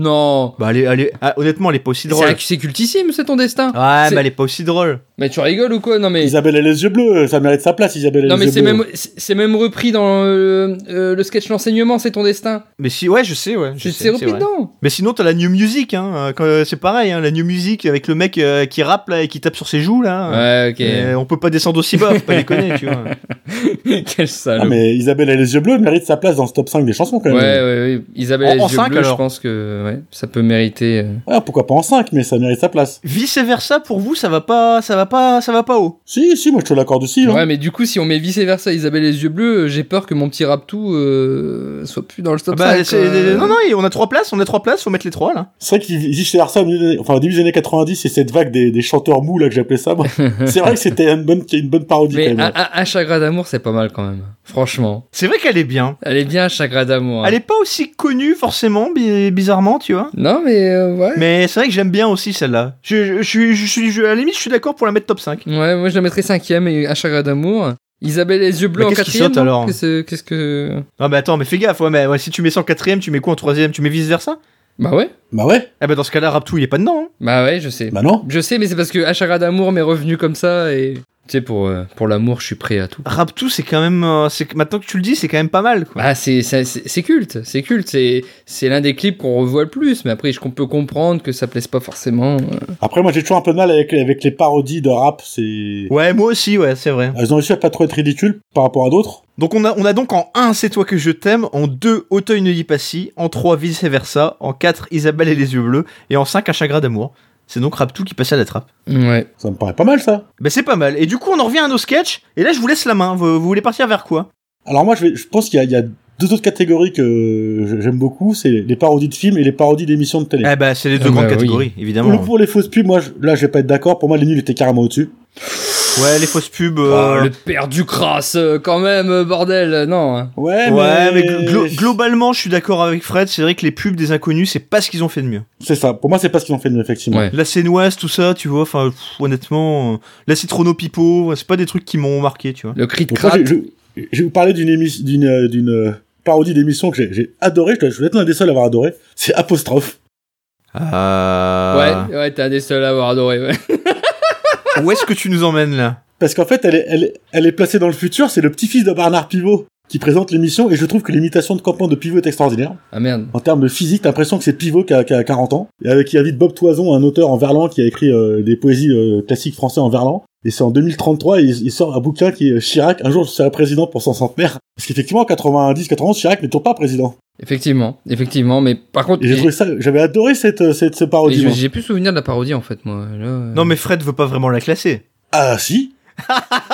Non.
Bah allez allez, ah, honnêtement, elle est pas aussi
C'est
drôle.
un- c'est cultissime, c'est ton destin.
Ouais,
C'est-
mais elle est pas aussi drôle.
Mais tu rigoles ou quoi Non mais
Isabelle a les yeux bleus, euh, ça mérite sa place. Isabelle a
non
les
mais
yeux
c'est
bleus.
même c'est c'est même repris dans euh, euh, le sketch l'enseignement, c'est ton destin.
Mais si, ouais, je sais, ouais. Je
C'est
sais,
c'est
c'est
repris
vrai.
dedans.
Mais sinon, t'as la New Music, hein. euh, quand- euh, C'est pareil, hein, la New Music avec le mec euh, qui rappe là et qui tape sur ses joues là.
Ouais, ok.
Et on peut pas descendre aussi bas, faut pas déconner, tu vois.
Quel
Ah,
salaud.
mais Isabelle a les yeux bleus mérite sa place dans ce top 5 des chansons quand
Ouais,
même.
ouais, ouais. Isabelle a
En-
les
en
yeux
cinq,
bleus, je
alors.
pense que ouais, ça peut mériter. euh.
Ouais, Ah, pourquoi pas en 5, mais ça mérite sa place.
Vice versa, pour vous, ça va pas, ça va pas, ça va pas haut.
Si, si, moi je te l'accorde aussi. hein.
Ouais, mais du coup, si on met vice versa Isabelle les yeux bleus, euh, j'ai peur que mon petit raptou euh, soit plus dans le top
Bah,
5,
c'est-
euh.
Non, non, on a trois places, on a trois places, faut mettre les trois là.
C'est vrai qu'il existait ça au milieu des- enfin, au début des années 90, c'est cette vague des, des chanteurs mous là que j'appelais ça. moi. c'est vrai que c'était une bonne, une bonne parodie
Mais ah,
quand
un,
même.
un- un chagrin d'amour, c'est pas mal quand même. Franchement.
C'est vrai qu'elle est bien.
Elle est bien, un chagrin d'amour. hein.
Elle est pas aussi connue forcément, bi- bizarrement, tu vois.
Non, mais euh, ouais.
Mais c'est vrai que j'aime bien aussi celle-là. Je, je, je, suis- je, suis- je- à la limite, je suis d'accord pour la mettre top 5.
Ouais, moi je la mettrais cinquième et un chagrin d'amour. Isabelle les yeux bleus
Mais
en
Bah, qu'est-ce qui
quatrième.
saute,
non
alors
Qu'est-ce euh, qu'est-ce que.
Non, Ah, mais attends, mais fais gaffe, ouais, mais ouais, si tu mets ça en quatrième, tu mets quoi en troisième Tu mets vice versa
Bah ouais.
Bah ouais,
Eh ben dans ce cas-là, Raptou, il est pas dedans. hein.
Bah ouais, je sais.
bah non.
Je sais, mais c'est parce que Achara d'amour m'est revenu comme ça et. Tu sais, pour, euh, pour l'amour, je suis prêt à tout.
Raptou, c'est quand même. euh, c'est que- maintenant que tu le dis, c'est quand même pas mal, quoi.
Bah, c'est c'est- c'est- c'est culte, c'est culte, c'est c'est l'un des clips qu'on revoit le plus, mais après, je qu'on peut comprendre que ça plaise pas forcément. euh.
Après, moi j'ai toujours un peu de mal avec, avec les parodies de rap. C'est.
Ouais, moi aussi, ouais, c'est vrai.
Elles ont réussi à pas trop être ridicules par rapport à d'autres.
Donc on a, on a donc en 1 C'est toi que je t'aime, en 2 Auteuil ne dit pas si, en 3 vice versa, en 4 Isabelle et les yeux bleus, et en 5 Un chagrin d'amour. C'est donc Raptou qui passe à la trappe.
Ouais.
Ça me paraît pas mal ça.
Bah c'est pas mal. Et du coup on en revient à nos sketchs, et là je vous laisse la main, vous, vous voulez partir vers quoi
Alors moi je, vais, je pense qu'il y, a- il y a deux autres catégories que je- j'aime beaucoup, c'est les parodies de films et les parodies d'émissions de télé.
Eh bah c'est les deux
Ah bah
grandes
oui.
catégories, évidemment.
Ou pour les fausses pubs, moi je- là je vais pas être d'accord, pour moi les nuls étaient carrément au-dessus.
Ouais, les fausses pubs...
Oh,
Bah.
euh,
le père du crasse, euh, quand même, euh, bordel, euh, non. hein.
Ouais,
Ouais, mais glo- globalement, je suis d'accord avec Fred. C'est vrai que les pubs des inconnus, c'est pas ce qu'ils ont fait de mieux.
C'est ça, pour moi c'est pas ce qu'ils ont fait de mieux, effectivement.
Ouais.
La Sénoise, tout ça, tu vois. Enfin, pff, honnêtement, euh, la Citrono Pipo, ouais, c'est pas des trucs qui m'ont marqué, tu vois.
Le cri de
Donc, moi,
crate.
je, je- je vais vous parler d'une émission, d'une, euh, d'une euh, parodie d'émission que j'ai- j'ai adoré, je dois je dois être l'un des seuls à avoir adoré, c'est Apostrophe. Euh,
Ah.
Ouais, ouais, t'es un des seuls à avoir adoré. ouais.
Où est-ce que tu nous emmènes là
Parce qu'en fait elle est, elle, est- elle est placée dans le futur, c'est le petit-fils de Bernard Pivot qui présente l'émission et je trouve que l'imitation de Campan de Pivot est extraordinaire.
Ah merde.
En termes de physique, t'as l'impression que c'est Pivot qui a, qui a 40 ans. Et avec, il invite Bob Toison, un auteur en verlan qui a écrit euh, des poésies euh, classiques français en verlan. Et c'est en 2033, il, il sort un bouquin qui est euh, Chirac, un jour je serai président pour son centenaire. Parce qu'effectivement, en 90, 91, Chirac n'est toujours pas président.
Effectivement, effectivement, mais par contre,
Et j'ai trouvé ça, j'avais adoré cette, euh, cette, cette
mais
parodie.
je-
moi.
j'ai plus souvenir de la parodie en fait, moi. là, euh.
Non, mais Fred veut pas vraiment la classer.
Ah si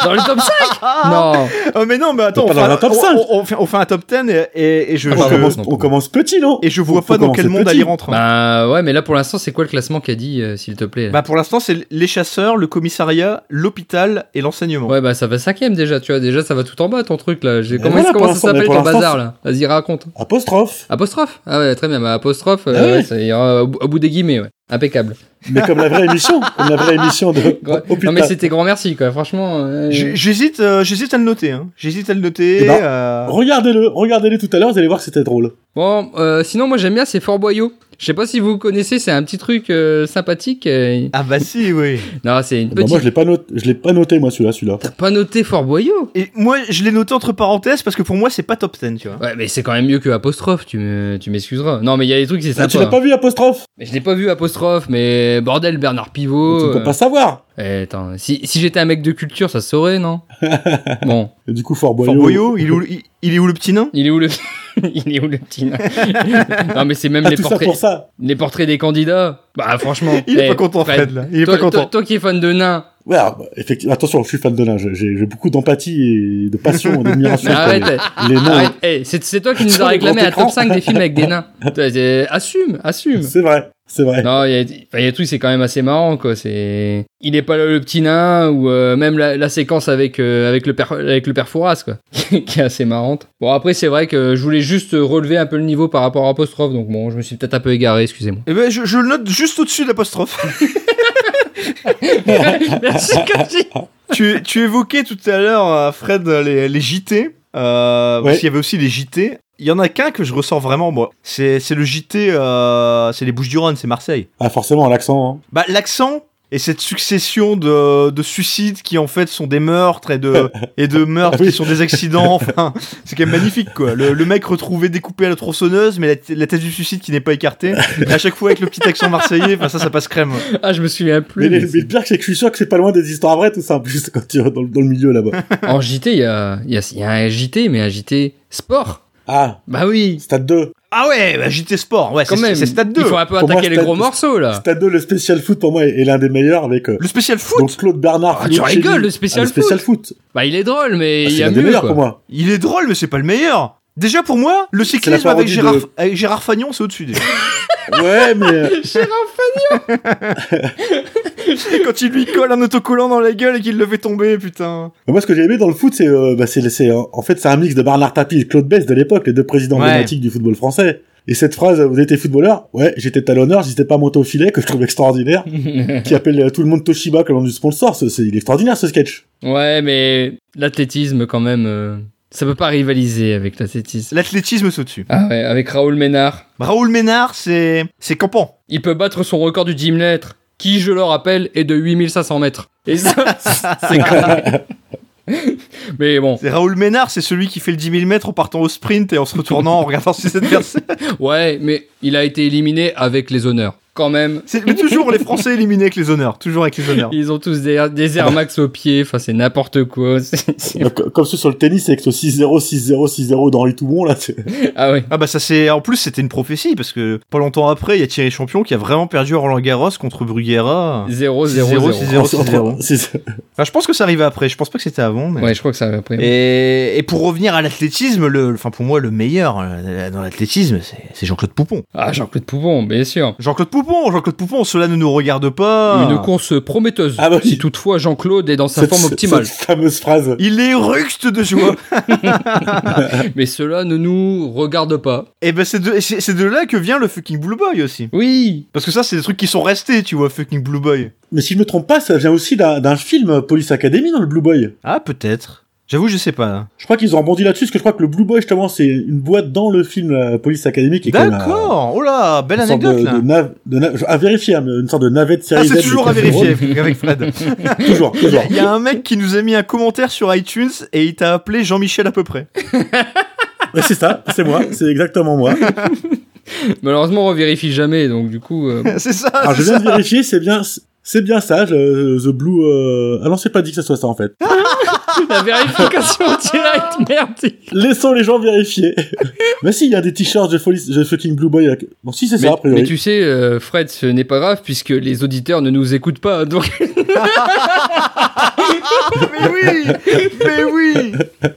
Dans le top 5 Non
Oh, mais non, mais attends,
Pas
on
dans
fait,
un
un,
top
on-
5.
on- on fait- on fait un top 10 et, et- et je,
on,
bah,
je-
commence,
non,
on commence petit, non
et je vois
faut
pas dans
commencer
quel monde
petit.
elle y rentre. hein.
Bah ouais, mais là pour l'instant, c'est quoi le classement qu'a dit, euh, s'il te plaît là
Bah, pour l'instant, c'est les chasseurs, le commissariat, l'hôpital et l'enseignement.
Ouais, bah ça va cinquième déjà, tu vois. Déjà, ça va tout en bas ton truc là. J'ai-
Mais
Comment,
voilà,
comment
Eh pour
ça
l'instant, mais
s'appelle
pour
ton
l'instant,
bazar là Vas-y, raconte.
Apostrophe
Apostrophe Ah ouais, très bien, bah apostrophe, euh,
Ah ouais.
ouais, ça ira au, bout- au bout des guillemets, ouais. Impeccable.
Mais comme la vraie émission Comme la vraie émission de...
Ouais.
Hôpital.
non mais c'était grand merci quoi, franchement. euh,
J- J'hésite, euh, j'hésite à le noter. hein. J'hésite à le noter.
Eh ben,
euh,
Regardez-le, regardez-le tout à l'heure, vous allez voir que c'était drôle.
Bon, euh, sinon, moi j'aime bien, c'est Fort Boyau. Je sais pas si vous connaissez, c'est un petit truc euh, sympathique. euh,
Ah bah si, oui.
Non, c'est une
Bah,
petite.
moi, je l'ai pas noté, je l'ai pas noté, moi, celui-là, celui-là.
T'as pas noté Fort Boyau
Et moi, je l'ai noté entre parenthèses parce que pour moi, c'est pas top 10, tu vois.
Ouais, mais c'est quand même mieux que apostrophe, tu me- tu m'excuseras. Non, mais il y a des trucs, c'est
Ah,
sympa.
tu l'as pas vu, apostrophe?
Mais je l'ai pas vu apostrophe, mais bordel, Bernard
tu
Pivot.
ne peux
euh,
pas savoir.
eh, attends, si, si j'étais un mec de culture, ça se saurait, non Bon,
Et du coup, Fort
Fort
Boyard.
Boyau, il, est où- il- il est où le petit nain
il est où le. il est où le petit nain Non, mais c'est même
Ah,
les
tout ça
portraits,
pour ça.
les portraits des candidats. Bah, franchement.
Il est
eh,
pas content, Fred, là. Il est
toi,
pas content.
toi- toi qui es fan de nains,
Ouais, alors, bah, effectivement, attention, je suis fan de nains. J'ai- J'ai j'ai beaucoup d'empathie et de passion et d'admiration.
mais
pour les-
arrête,
Les nains.
arrête. eh, c'est c'est toi qui nous
Sur
as
le
réclamé
grand
un top
écran.
5 des films avec des nains. Toi, c'est- Assume, assume.
C'est vrai, c'est vrai.
Non, il y a, enfin, il y a des trucs, c'est quand même assez marrant, quoi. C'est, il est pas là le petit nain ou euh, même la, la séquence avec euh, avec le père avec le père Fouras, quoi, qui est assez marrante. Bon, après, c'est vrai que je voulais juste relever un peu le niveau par rapport à apostrophe, donc bon, je me suis peut-être un peu égaré, excusez-moi.
Eh ben, je, je le note juste au-dessus de l'apostrophe.
Merci, Koji.
tu, tu évoquais tout à l'heure, euh, Fred, les, les JT. Euh,
Ouais.
Parce qu'il y avait aussi les JT. Il y en a qu'un que je ressens vraiment, moi. C'est c'est le JT, euh, c'est les Bouches-du-Rhône, c'est Marseille.
Ah, forcément, l'accent. hein.
Bah, l'accent et cette succession de, de suicides qui en fait sont des meurtres et de, et de meurtres qui sont des accidents, enfin, c'est quand même magnifique quoi. Le, le mec retrouvé découpé à la tronçonneuse, mais la, t- la tête du suicide qui n'est pas écartée, et à chaque fois avec le petit accent marseillais, enfin ça, ça passe crème.
Ah, je me souviens
Mais,
plus.
les-
mais
mais le pire, c'est que je suis sûr que c'est pas loin des histoires vraies, tout ça, en plus, quand tu es dans, le- dans le milieu là-bas.
c'est- En JT, il y a, il y a- il y a un JT, mais un JT sport.
Ah,
Bah oui.
Stade 2.
Ah ouais, bah, JT Sport, ouais,
Quand même.
c'est c'est Stade 2.
Il faut un peu
Pour moi,
attaquer les
Stade-
gros morceaux là.
Stade 2, le spécial foot, pour moi, est, est l'un des meilleurs avec. euh,
Le spécial foot,
donc Claude Bernard.
Ah, tu
Philippe
rigoles,
Chély.
le spécial
Ah, spécial foot.
Bah, il est drôle, mais
Ah,
il
c'est
y a
l'un des
mieux.
meilleurs
quoi.
pour moi.
il est drôle, mais c'est pas le meilleur. Déjà pour moi, le cyclisme avec
parodie
Gérard,
de-
avec Gérard Fagnon, c'est au-dessus déjà.
Ouais, mais. euh,
Gérard
Et quand il lui colle un autocollant dans la gueule et qu'il le fait tomber, putain.
Mais Moi, ce que j'ai aimé dans le foot, c'est, euh, bah, c'est, c'est, euh, en fait, c'est un mix de Bernard Tapie et Claude Bess de l'époque, les deux présidents
Ouais.
emblématiques du football français. Et cette phrase, euh, vous étiez footballeur? Ouais, j'étais talonneur, j'étais pas monté au filet, que je trouve extraordinaire, qui appelle euh, tout le monde Toshiba comme nom du sponsor, c'est, c'est- il est extraordinaire ce sketch.
Ouais, mais l'athlétisme, quand même, euh, ça peut pas rivaliser avec l'athlétisme.
L'athlétisme, c'est au-dessus.
Ah ouais, avec Raoul Ménard.
Raoul Ménard, c'est c'est campant.
Il peut battre son record du 10 000 mètres, qui, je le rappelle, est de 8500 mètres. Et ça, c'est grave. Mais bon,
C'est Raoul Ménard, c'est celui qui fait le 10 000 mètres en partant au sprint et en se retournant en regardant ses adversaires.
ouais, mais il a été éliminé avec les honneurs. Quand même,
C'est mais toujours les Français éliminés avec les honneurs, toujours avec les honneurs.
ils ont tous des, des Air Max aux pieds, enfin c'est n'importe quoi. C'est- c'est-
Euh, co- comme ceux sur le tennis avec ce 6-0, 6-0, 6-0 d'Henri Toubon, là, c'est...
Ah ouais.
Ah bah ça c'est en plus c'était une prophétie parce que pas longtemps après il y a Thierry Champion qui a vraiment perdu à Roland Garros contre Bruguera.
0 0
Zéro,
0.
c'est zéro. 6-0.
c'est-
Enfin je pense que ça arrivait après, je pense pas que c'était avant. Mais...
Ouais, je crois que ça va après.
Et, et pour revenir à l'athlétisme, le, le- enfin pour moi le meilleur euh, dans l'athlétisme c'est c'est Jean-Claude Poupon.
Ah, Jean-Claude Poubon, bien sûr.
Jean-Claude Poupon, Jean-Claude Poupon, cela ne nous regarde pas.
Une course prometteuse.
Ah bah oui.
Si toutefois Jean-Claude est dans sa
cette-
forme optimale.
Cette fameuse phrase.
Il est ruxte de joie.
Mais cela ne nous regarde pas.
Et ben c'est de, c'est, c'est de là que vient le fucking Blue Boy aussi.
Oui.
Parce que ça, c'est des trucs qui sont restés, tu vois, fucking Blue Boy.
Mais si je me trompe pas, ça vient aussi d'un, d'un film euh, Police Academy dans le Blue Boy.
Ah, peut-être. J'avoue, je sais pas.
Je crois qu'ils ont rebondi là-dessus, parce que je crois que le Blue Boy, justement, c'est une boîte dans le film euh, Police Academy qui est comme, euh,
D'accord. Oh là, belle
une sorte
anecdote,
de,
là.
de nav- de nav- à vérifier, hein, mais une sorte de navette série
Ah,
Z,
c'est
mais
toujours
qui
à
est drôle.
vérifier avec, avec Fred.
toujours, toujours.
Il y a un mec qui nous a mis un commentaire sur iTunes et il t'a appelé Jean-Michel à peu près.
Ouais, c'est ça, c'est moi, c'est exactement moi.
Malheureusement, on vérifie jamais, donc du coup. euh,
c'est ça,
Alors Ah, je
c'est ça.
viens de vérifier, c'est bien, c'est bien ça, le- The Blue. euh, Ah non, c'est pas dit que ça soit ça en fait.
la vérification en direct, merde.
Laissons les gens vérifier. mais si, il y a des t-shirts de, Police- de fucking Blue Boy. avec- Bon, si c'est
Mais,
ça a priori.
mais tu sais, euh, Fred, ce n'est pas grave puisque les auditeurs ne nous écoutent pas. Donc,
Mais oui Mais oui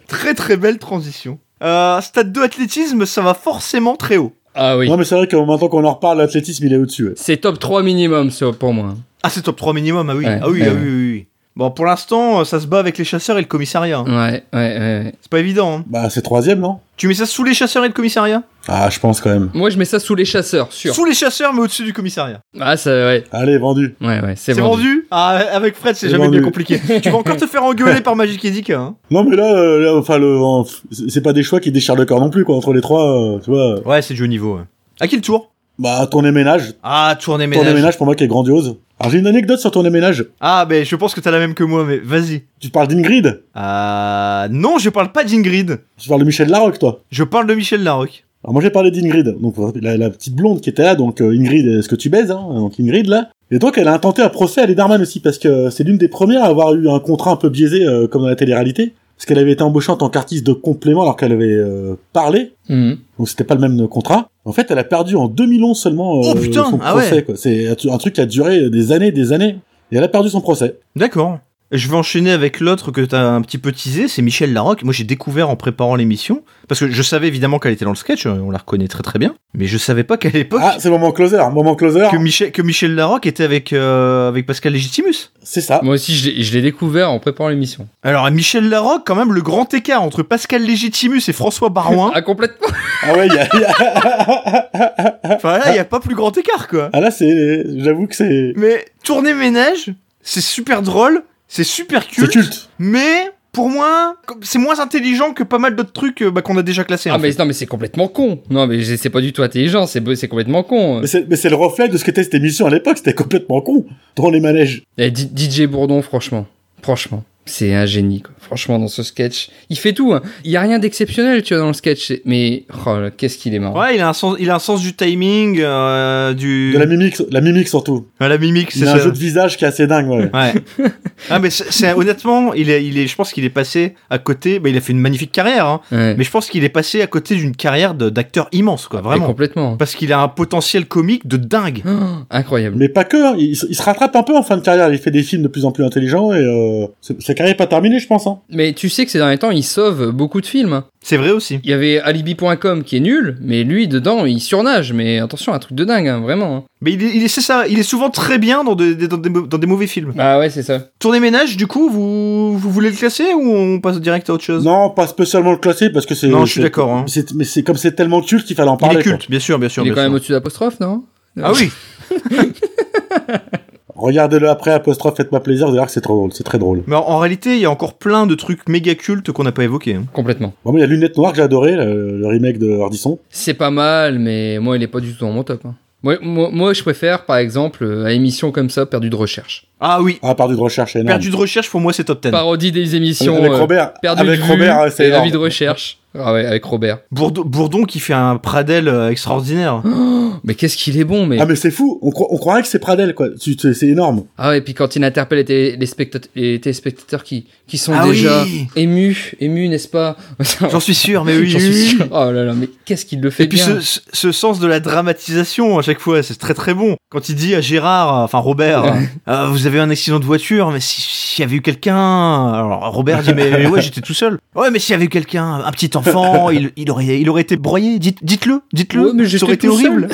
Très très belle transition. Euh, stade 2 athlétisme, ça va forcément très haut.
ah oui.
Non mais c'est vrai que maintenant qu'on en reparle, l'athlétisme il est au-dessus. ouais.
C'est top 3 minimum, ça, pour moi.
Ah, c'est top 3 minimum, ah oui.
Ouais,
ah oui,
ouais,
ah
ouais.
oui, oui, oui. Bon, pour l'instant, euh, ça se bat avec les chasseurs et le commissariat. hein.
Ouais, ouais, ouais.
C'est pas évident, hein.
Bah c'est troisième non
Tu mets ça sous les chasseurs et le commissariat
Ah, je pense quand même.
Moi, je mets ça sous les chasseurs, sûr.
Sous les chasseurs, mais au-dessus du commissariat.
Ah, ça, ouais.
Allez, vendu.
Ouais, ouais, c'est
C'est
vendu.
vendu Ah, avec Fred, c'est
C'est
jamais
vendu.
bien compliqué. tu vas encore te faire engueuler par Magic Edic, hein
Non, mais là, euh, là, enfin, le, en- c'est pas des choix qui déchirent le cœur non plus, quoi. Entre les trois, euh, tu vois.
Ouais, c'est du haut niveau. ouais. À qui le tour
Bah, tourner ménage.
Ah, tournée
Tourner
ménage.
ménage, pour moi, qui est grandiose. Alors, j'ai une anecdote sur tourner ménage.
Ah, ben je pense que t'as la même que moi, mais vas-y.
Tu parles d'Ingrid.
Ah, non, je parle pas d'Ingrid.
Tu parles de Michel Larocque, toi.
Je parle de Michel Larocque.
Alors, moi, j'ai parlé d'Ingrid. Donc, la, la petite blonde qui était là. Donc, euh, Ingrid, est-ce que tu baises, hein Donc, Ingrid, là. Et donc, elle a intenté un procès à Lederman aussi, parce que euh, c'est l'une des premières à avoir eu un contrat un peu biaisé, euh, comme dans la télé-réalité. Parce qu'elle avait été embauchée en tant qu'artiste de complément alors qu'elle avait euh, parlé
Mhm.
Donc c'était pas le même euh, contrat. En fait, elle a perdu en 2011 seulement
Oh,
euh,
putain,
son
ah
procès.
ouais.
quoi. C'est un un truc qui a duré des années, des années. Et elle a perdu son procès.
D'accord. Je vais enchaîner avec l'autre que t'as un petit peu teasé, c'est Michel Larocque. Moi, j'ai découvert en préparant l'émission, parce que je savais évidemment qu'elle était dans le sketch, euh, on la reconnaît très très bien, mais je savais pas qu'à l'époque,
Ah, c'est le moment closer, moment closer.
que, Michel, que Michel Larocque était avec, euh, avec Pascal Légitimus.
C'est ça.
Moi aussi, je l'ai- je l'ai découvert en préparant l'émission.
Alors, Michel Larocque, quand même, le grand écart entre Pascal Légitimus et François Barouin,
Ah, complètement.
Ah ouais, il y a, il y a-
enfin là, il n'y a pas plus grand écart, quoi.
ah là, c'est, j'avoue que c'est,
Mais tourner ménage, c'est super drôle, c'est super
c'est
culte,
culte.
mais pour moi, comme- c'est moins intelligent que pas mal d'autres trucs euh, bah, qu'on a déjà classés.
Ah,
en
mais
fait.
non, mais c'est complètement con. Non, mais c'est c'est pas du tout intelligent. C'est be- c'est complètement con.
Mais c'est, mais c'est le reflet de ce qu'était cette émission à l'époque. C'était complètement con. Dans les manèges.
Eh, D- DJ Bourdon, franchement, franchement, c'est un génie. Quoi. Franchement, dans ce sketch, il fait tout. hein. Il y a rien d'exceptionnel, tu vois, dans le sketch. c'est- Mais oh, là, qu'est-ce qu'il est marrant.
Ouais, il a un sens, il a un sens du timing, euh, du
De la mimique, la mimique surtout.
Ah, la mimique,
Il
c'est
a
ça.
un jeu de visage qui est assez dingue, ouais.
Ouais. ah mais c'est c'est- honnêtement, il est, il est, je pense qu'il est passé à côté. Bah, il a fait une magnifique carrière, hein,
Ouais.
mais je pense qu'il est passé à côté d'une carrière de- d'acteur immense, quoi,
Mais
vraiment.
complètement.
Parce qu'il a un potentiel comique de dingue.
Oh, incroyable.
Mais pas que, hein. il, se- il se rattrape un peu en fin de carrière, il fait des films de plus en plus intelligents et euh, sa- sa carrière est pas terminée je pense. Hein.
Mais tu sais que ces derniers temps, il sauve beaucoup de films. hein.
C'est vrai aussi.
Il y avait Alibi.com qui est nul, mais lui, dedans, il surnage. Mais attention, un truc de dingue, hein, vraiment. hein.
Mais il est, il est- c'est ça. Il est souvent très bien dans, de- dans, des, mau- dans des mauvais films.
Ah ouais, c'est ça.
Tournée ménage, du coup, vous, vous voulez le classer ou on passe direct à autre chose
Non, pas spécialement le classé parce que c'est.
Non, je suis
c'est-
d'accord, hein.
c'est- Mais c'est comme c'est tellement culte qu'il fallait en
Il
parler.
est culte, bien sûr, bien sûr.
il est
bien
quand
sûr.
même au-dessus d'apostrophe, non
Ah oui.
quoi. Regardez-le après apostrophe, faites-moi plaisir, vous allez voir que c'est trop drôle, c'est très drôle.
Mais en, en réalité, il y a encore plein de trucs méga cultes qu'on n'a pas évoqués. hein.
Complètement.
Bon, mais il y a Lunettes Noires que j'ai adoré, le, le remake de Hardisson.
C'est pas mal, mais moi, il est pas du tout dans mon top. hein. Moi, moi, moi, je préfère, par exemple, euh, à émission comme ça, perdu de recherche.
Ah oui.
Ah, perdu de recherche, c'est énorme.
Perdu de recherche, pour moi, c'est top 10.
parodie des émissions
Avec
euh,
Robert,
perdu
avec
de vue
Robert, euh, c'est
et la
énorme.
vie de recherche. Ah ouais, avec Robert.
Bourdon, Bourdon qui fait un Pradel euh, extraordinaire.
Oh, Mais qu'est-ce qu'il est bon, mais
Ah mais c'est fou, on, croit- on croirait que c'est Pradel quoi, Tu- tu- c'est énorme.
ah ouais, et puis quand il interpelle les, télé- les, spectat- les téléspectateurs qui qui sont
Ah
déjà
oui.
émus, émus, n'est-ce pas
J'en suis sûr, mais oui.
J'en
oui,
suis
oui.
sûr. Oh là là, mais qu'est-ce qu'il le fait
Et puis
bien.
ce, ce- ce sens de la dramatisation à chaque fois, c'est très très bon. Quand il dit à Gérard, euh, enfin Robert, euh, Ah, vous avez eu un accident de voiture, mais si- s'il y avait eu quelqu'un, alors Robert dit mais, mais ouais j'étais tout seul. Ouais mais s'il y avait eu quelqu'un, un petit enfant, il, il aurait il aurait été broyé. Dites dites-le, dites-le.
Ouais, mais
ça
j'étais
aurait été
tout seul.
horrible.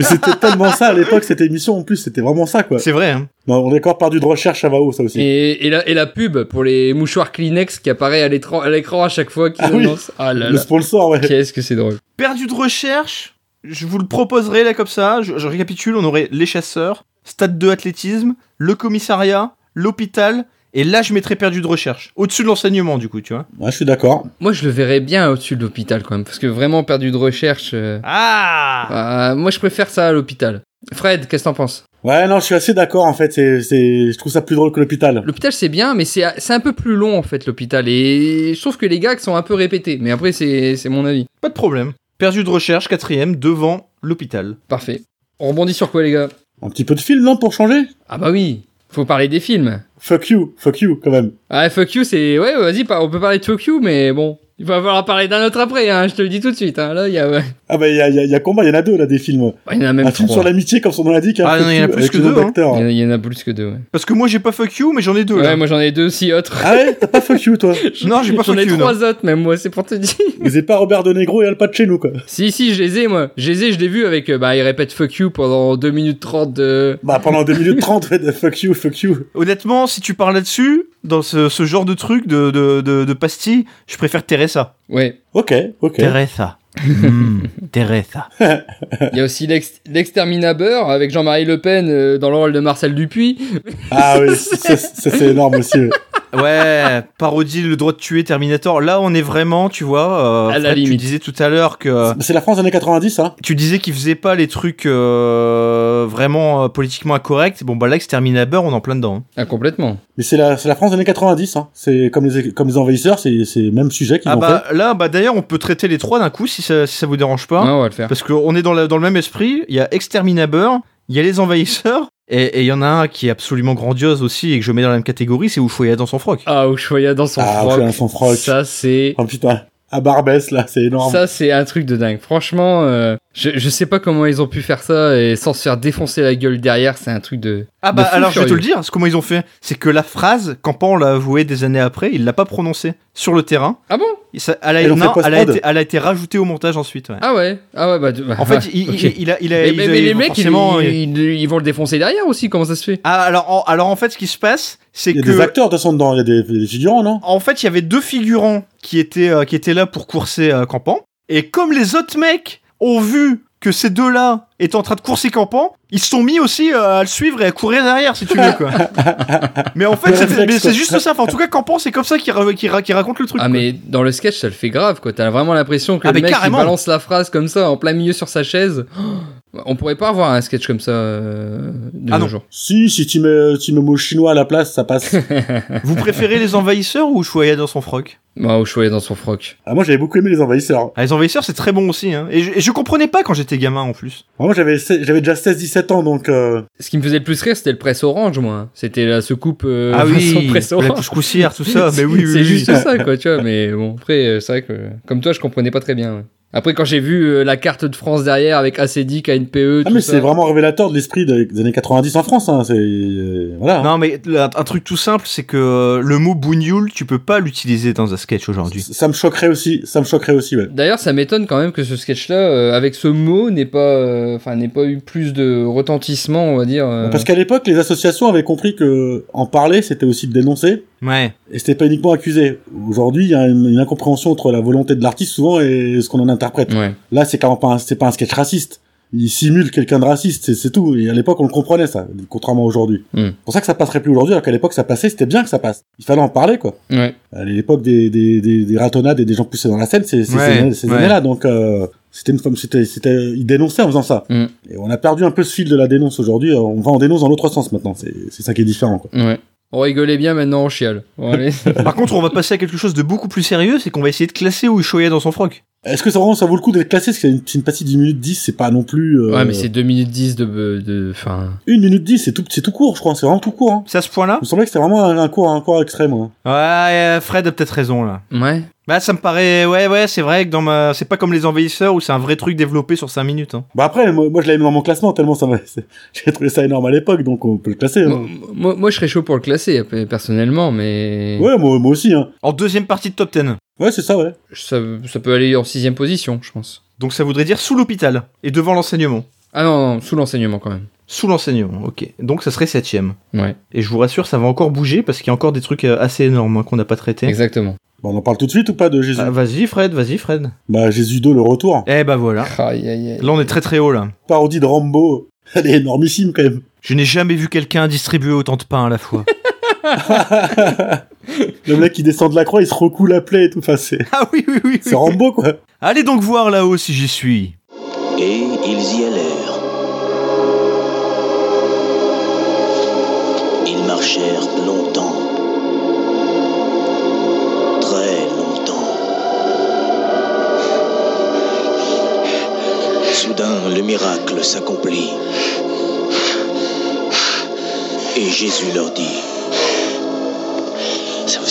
Mais c'était tellement ça à l'époque cette émission en plus, c'était vraiment ça quoi.
C'est vrai. hein.
Non, on est d'accord, perdu de recherche, ça va haut ça aussi.
Et, et, la, et la pub pour les mouchoirs Kleenex qui apparaît à l'écran à, l'écran à chaque fois qu'ils
Ah oui.
annoncent. Ah là
Le
là,
sponsor ouais.
qu'est-ce que c'est drôle.
Perdu de recherche, je vous le proposerai là comme ça, je, je récapitule, on aurait les chasseurs, stade 2 athlétisme, le commissariat, l'hôpital, et là je mettrais perdu de recherche. Au-dessus de l'enseignement du coup, tu vois.
Ouais, je suis d'accord.
Moi, je le verrais bien au-dessus de l'hôpital quand même, parce que vraiment perdu de recherche. euh,
Ah
Ah, moi, je préfère ça à l'hôpital. Fred, qu'est-ce que t'en penses
Ouais, non, je suis assez d'accord en fait. C'est, c'est, je trouve ça plus drôle que l'hôpital.
L'hôpital, c'est bien, mais c'est c'est un peu plus long, en fait, l'hôpital. Et je trouve que les gags sont un peu répétés. Mais après, c'est c'est mon avis.
Pas de problème. Perdu de recherche, quatrième, devant l'hôpital.
Parfait. On rebondit sur quoi, les gars
Un petit peu de film, non, pour changer
Ah bah oui, faut parler des films.
Fuck you, fuck you, quand même.
Ah, Fuck You, c'est... Ouais, vas-y, par- on peut parler de Fuck You, mais bon... Il va falloir parler d'un autre après, hein, je te le dis tout de suite. Hein. Là, il y a... ouais,
Ah bah, il y a, il y a- il y a combien Il y en a deux, là, des films.
Il y en a même
un film
trois.
sur l'amitié, comme son nom l'indique.
Ah
Fuck
non, il y en a
You,
plus
avec
que
le nom
deux, hein.
d'acteur.
Il y en a- il y en a plus que deux, ouais.
Parce que moi j'ai pas fuck you, mais j'en ai deux là.
Ouais, moi, j'en ai deux, six autres.
Ah ouais T'as pas fuck you, toi
Non, j'ai pas
J'en
fuck
ai
you, non.
trois autres, même, moi, c'est pour te dire.
Vous êtes pas Robert De Negro et Al Pacino, quoi.
si, si, je les ai, moi. Je les ai, je l'ai vu avec... euh, Bah, il répète Fuck You pendant 2 minutes 30 de...
Bah, pendant 2 minutes 30, ouais, de fuck you, fuck you.
Honnêtement, si tu parles là-dessus, dans ce, ce genre de truc de, de, de, de pastille, je préfère Teresa. Hmm.
Ouais.
Ok, ok.
Teresa. Teresa.
Il y a aussi l'ex- l'exterminateur avec Jean-Marie Le Pen euh, dans le rôle de Marcel Dupuis.
Ah oui, ça, ça, c'est énorme aussi. ouais.
Ouais, parodie le droit de tuer Terminator. Là, on est vraiment, tu vois, euh,
À la
Fred, tu
limite.
disais tout à l'heure que euh,
C'est la France des années 90, hein
tu disais qu'il faisait pas les trucs euh, vraiment euh, politiquement incorrects. Bon bah là, Exterminateur, on est en plein dedans. hein.
Ah, complètement.
Mais c'est la, c'est la France des années 90, hein. C'est comme les, comme les envahisseurs, c'est, c'est le même sujet qu'ils
Ah
ont
bah là, bah d'ailleurs, on peut traiter les trois d'un coup si ça, si ça vous dérange pas.
Hein
Ah Ouais, on va le faire.
Parce qu'on est dans, la- dans le même esprit, il y a Exterminateur, il y a les envahisseurs, et et il y en a un qui est absolument grandiose aussi et que je mets dans la même catégorie, c'est Ushuaïa dans son froc.
Ah, Ushuaïa dans son
Ah,
froc.
Ushuaïa dans son froc.
Ça, c'est.
fait. Oh putain. À Barbès, là, c'est énorme.
Ça, c'est un truc de dingue. Franchement, euh, je, je sais pas comment ils ont pu faire ça et sans se faire défoncer la gueule derrière, c'est un truc de.
Ah bah
de fou
alors je vais te
furieux.
le dire, c'est comment ils ont fait, c'est que la phrase, Campan l'a avoué des années après, il l'a pas prononcée sur le terrain.
Ah bon
Et ça- elle, a,
Ils l'ont
non,
fait
elle, a
post-prod.
été, elle a été rajoutée au montage ensuite. ouais.
Ah ouais Ah ouais, bah. de- bah,
en
ah,
fait, il,
ok.
il- il a, il a-
Mais,
ils
mais-
avaient-
mais les mecs, ils,
forcément, il-
ils- ils vont le défoncer derrière aussi, comment ça se fait
Ah, alors, en, alors en fait, ce qui se passe, c'est
Il y a
que
des acteurs, de toute façon, dedans. Il y a des, des figurants, non
en fait, il y avait deux figurants qui étaient, euh, qui étaient là pour courser euh, Campan. Et comme les autres mecs ont vu que ces deux-là étaient en train de courser Campan, ils se sont mis aussi euh, à le suivre et à courir derrière, si tu veux. Quoi. mais en fait,
Le
c'était-
réflexe.
mais c'est juste ça. Enfin, en tout cas, Campan, c'est comme ça qu'il ra- qu'il ra- qu'il raconte le truc.
Ah
quoi.
mais dans le sketch ça le fait grave quoi, t'as vraiment l'impression que
Ah,
le
mais
mec il
carrément.
balance la phrase comme ça en plein milieu sur sa chaise. Oh, On pourrait pas avoir un sketch comme ça euh, de
Ah
nos
non.
jours.
Si, si tu mets, tu mets mot chinois à la place, ça passe.
Vous préférez les envahisseurs ou Ushuaïa dans son froc
Bah Ushuaïa dans son froc.
ah, moi, j'avais beaucoup aimé les envahisseurs.
ah, Les envahisseurs, c'est très bon aussi. Hein. Et, je, et je comprenais pas quand j'étais gamin, en plus.
Moi, j'avais, se- j'avais déjà 16-17 ans, donc, euh,
Ce qui me faisait le plus rire c'était le presse orange moi. C'était la soucoupe euh,
ah
façon
oui,
presse
la
orange.
couscoussière, tout ça. mais oui, oui,
c'est
oui.
juste ça quoi tu vois mais bon après euh, c'est vrai que comme toi je comprenais pas très bien. ouais. Après quand j'ai vu euh, la carte de France derrière avec ACDIC, ANPE,
ah,
E, tout
mais
ça.
c'est vraiment révélateur de l'esprit des des années 90 en France, hein. C'est, euh, voilà.
Non, mais le- un truc tout simple, c'est que euh, le mot bougnoule, tu peux pas l'utiliser dans un sketch aujourd'hui.
Ça ça me choquerait aussi, ça me choquerait aussi, ouais.
D'ailleurs, ça m'étonne quand même que ce sketch-là, euh, avec ce mot, n'ait pas, euh, enfin, n'ait pas eu plus de retentissement, on va dire. euh.
Parce qu'à l'époque, les associations avaient compris que en parler, c'était aussi de dénoncer,
Ouais.
et c'était pas uniquement accusé. Aujourd'hui, il y a une, une incompréhension entre la volonté de l'artiste souvent et ce qu'on en interprète.
Ouais.
Là, c'est clairement pas un, c'est pas un sketch raciste. Il simule quelqu'un de raciste, c'est, c'est tout. Et à l'époque, on le comprenait ça, contrairement à aujourd'hui.
Mm.
C'est pour ça que ça passerait plus aujourd'hui, alors qu'à l'époque, ça passait. C'était bien que ça passe. Il fallait en parler, quoi.
Ouais.
À l'époque des, des, des, des ratonnades et des gens poussés dans la scène, c'est, c'est
Ouais,
ces années- ces
ouais.
années-là. Donc, euh, c'était une femme, c'était, c'était, ils dénonçaient en faisant ça.
Mm.
Et on a perdu un peu ce fil de la dénonce aujourd'hui. Euh, On va en dénonce dans l'autre sens maintenant. C'est, c'est ça qui est différent, quoi.
Ouais. On rigolait bien, maintenant on chiale. Bon, allez.
Euh.
Par contre, on va passer à quelque chose de beaucoup plus sérieux, c'est qu'on va essayer de classer où Ushuaïa dans son froc.
Est-ce que ça, vraiment, ça vaut le coup d'être classé? Parce qu'il y a une, c'est une partie d'une minute 10, c'est pas non plus, euh,
Ouais, mais c'est 2 minutes 10 de, de, enfin.
une minute 10, c'est tout, c'est tout court, je crois. C'est vraiment tout court, hein.
C'est à ce point-là
Il me semblait que c'était vraiment un, un cours, un cours extrême. hein.
Ouais, euh, Fred a peut-être raison là.
Ouais.
Bah, ça me paraît. Ouais, ouais, c'est vrai que dans ma. C'est pas comme les envahisseurs où c'est un vrai truc développé sur 5 minutes. Hein.
Bah après, moi, moi, je l'avais mis dans mon classement tellement ça m'a... c'est- J'ai trouvé ça énorme à l'époque, donc on peut le classer. hein.
Moi, moi, moi, je serais chaud pour le classer, euh, personnellement, mais.
Ouais, moi, moi aussi. Hein.
En deuxième partie de top 10.
Ouais, c'est ça, ouais.
Ça, ça peut aller en sixième position, je pense.
Donc ça voudrait dire sous l'hôpital et devant l'enseignement.
Ah non, non, sous l'enseignement quand même.
Sous l'enseignement, ok. Donc ça serait septième.
Ouais.
Et je vous rassure, ça va encore bouger parce qu'il y a encore des trucs euh, assez énormes hein, qu'on n'a pas traités.
Exactement.
Bah, on en parle tout de suite ou pas de Jésus
Ah, vas-y Fred, vas-y Fred.
Bah, Jésus 2, le retour.
Eh bah voilà.
Aïe, aïe, aïe.
Là on est très très haut là.
Parodie de Rambo. Elle est énormissime, quand même.
Je n'ai jamais vu quelqu'un distribuer autant de pain à la fois.
Le mec qui descend de la croix, il se recoule la plaie et tout. Enfin, c'est,
ah oui, oui, oui.
c'est Rambo, quoi.
Allez donc voir là-haut si j'y suis.
Et ils y allèrent. Ils marchèrent longtemps. Très longtemps. Soudain, le miracle s'accomplit. Et Jésus leur dit Ça vous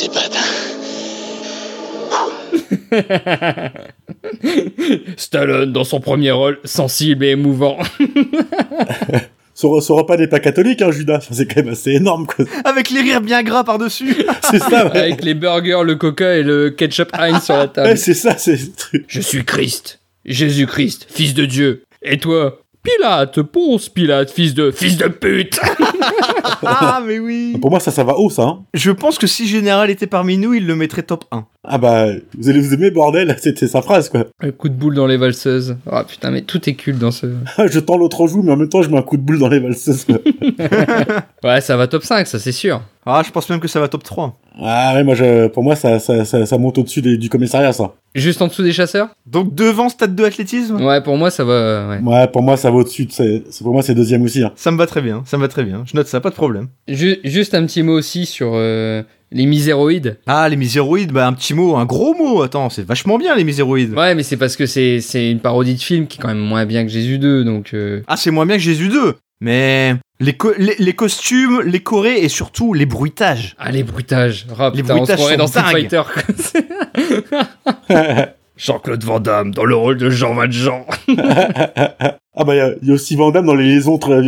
hein épate
Stallone, dans son premier rôle, sensible et émouvant.
Ce, re- ce repas n'est pas catholique, hein, Judas. Enfin, c'est quand même assez énorme, quoi.
Avec les rires bien gras par-dessus.
C'est ça, ouais.
Avec les burgers, le coca et le ketchup Heinz sur la table.
Ouais, c'est ça, c'est
Je suis Christ, Jésus-Christ, fils de Dieu. Et toi, Pilate, Ponce Pilate, fils de fils de pute.
ah mais oui.
Pour moi, ça, ça va haut, ça. Hein.
Je pense que si Général était parmi nous, il le mettrait top 1.
Ah bah, vous allez vous aimer, bordel, c'était sa phrase, quoi.
Le coup de boule dans les valseuses. Ah putain, mais tout est cul dans ce.
je tends l'autre joue, mais en même temps, je mets un coup de boule dans les valseuses. quoi.
Ouais, ça va top 5, ça c'est sûr.
Ah, je pense même que ça va top 3.
ah ouais, moi, je, pour moi, ça, ça, ça, ça monte au-dessus des- du commissariat, ça.
Juste en dessous des chasseurs
Donc devant Stade 2 Athlétisme
Ouais, pour moi, ça va. euh, ouais.
Ouais, pour moi, ça va au-dessus. de- C'est c'est- pour moi, c'est deuxième aussi. hein.
Ça me va très bien, ça me va très bien. Je note ça, pas de problème.
Ju- juste un petit mot aussi sur euh, les miséroïdes.
Ah, les miséroïdes, bah un petit mot, un gros mot. Attends, c'est vachement bien les miséroïdes.
Ouais, mais c'est parce que c'est c'est une parodie de film qui est quand même moins bien que Jésus 2, donc. euh,
Ah, c'est moins bien que Jésus 2. Mais les, co- les, les costumes, les chorés et surtout les bruitages.
Ah, les bruitages. Ah,
Les
putain, on se
bruitages
croirait
sont
dans Street
dingues.
Fighter. Jean-Claude Van Damme dans le rôle de Jean Valjean.
ah bah, il y a- il y, a aussi Van Damme dans les liaisons très,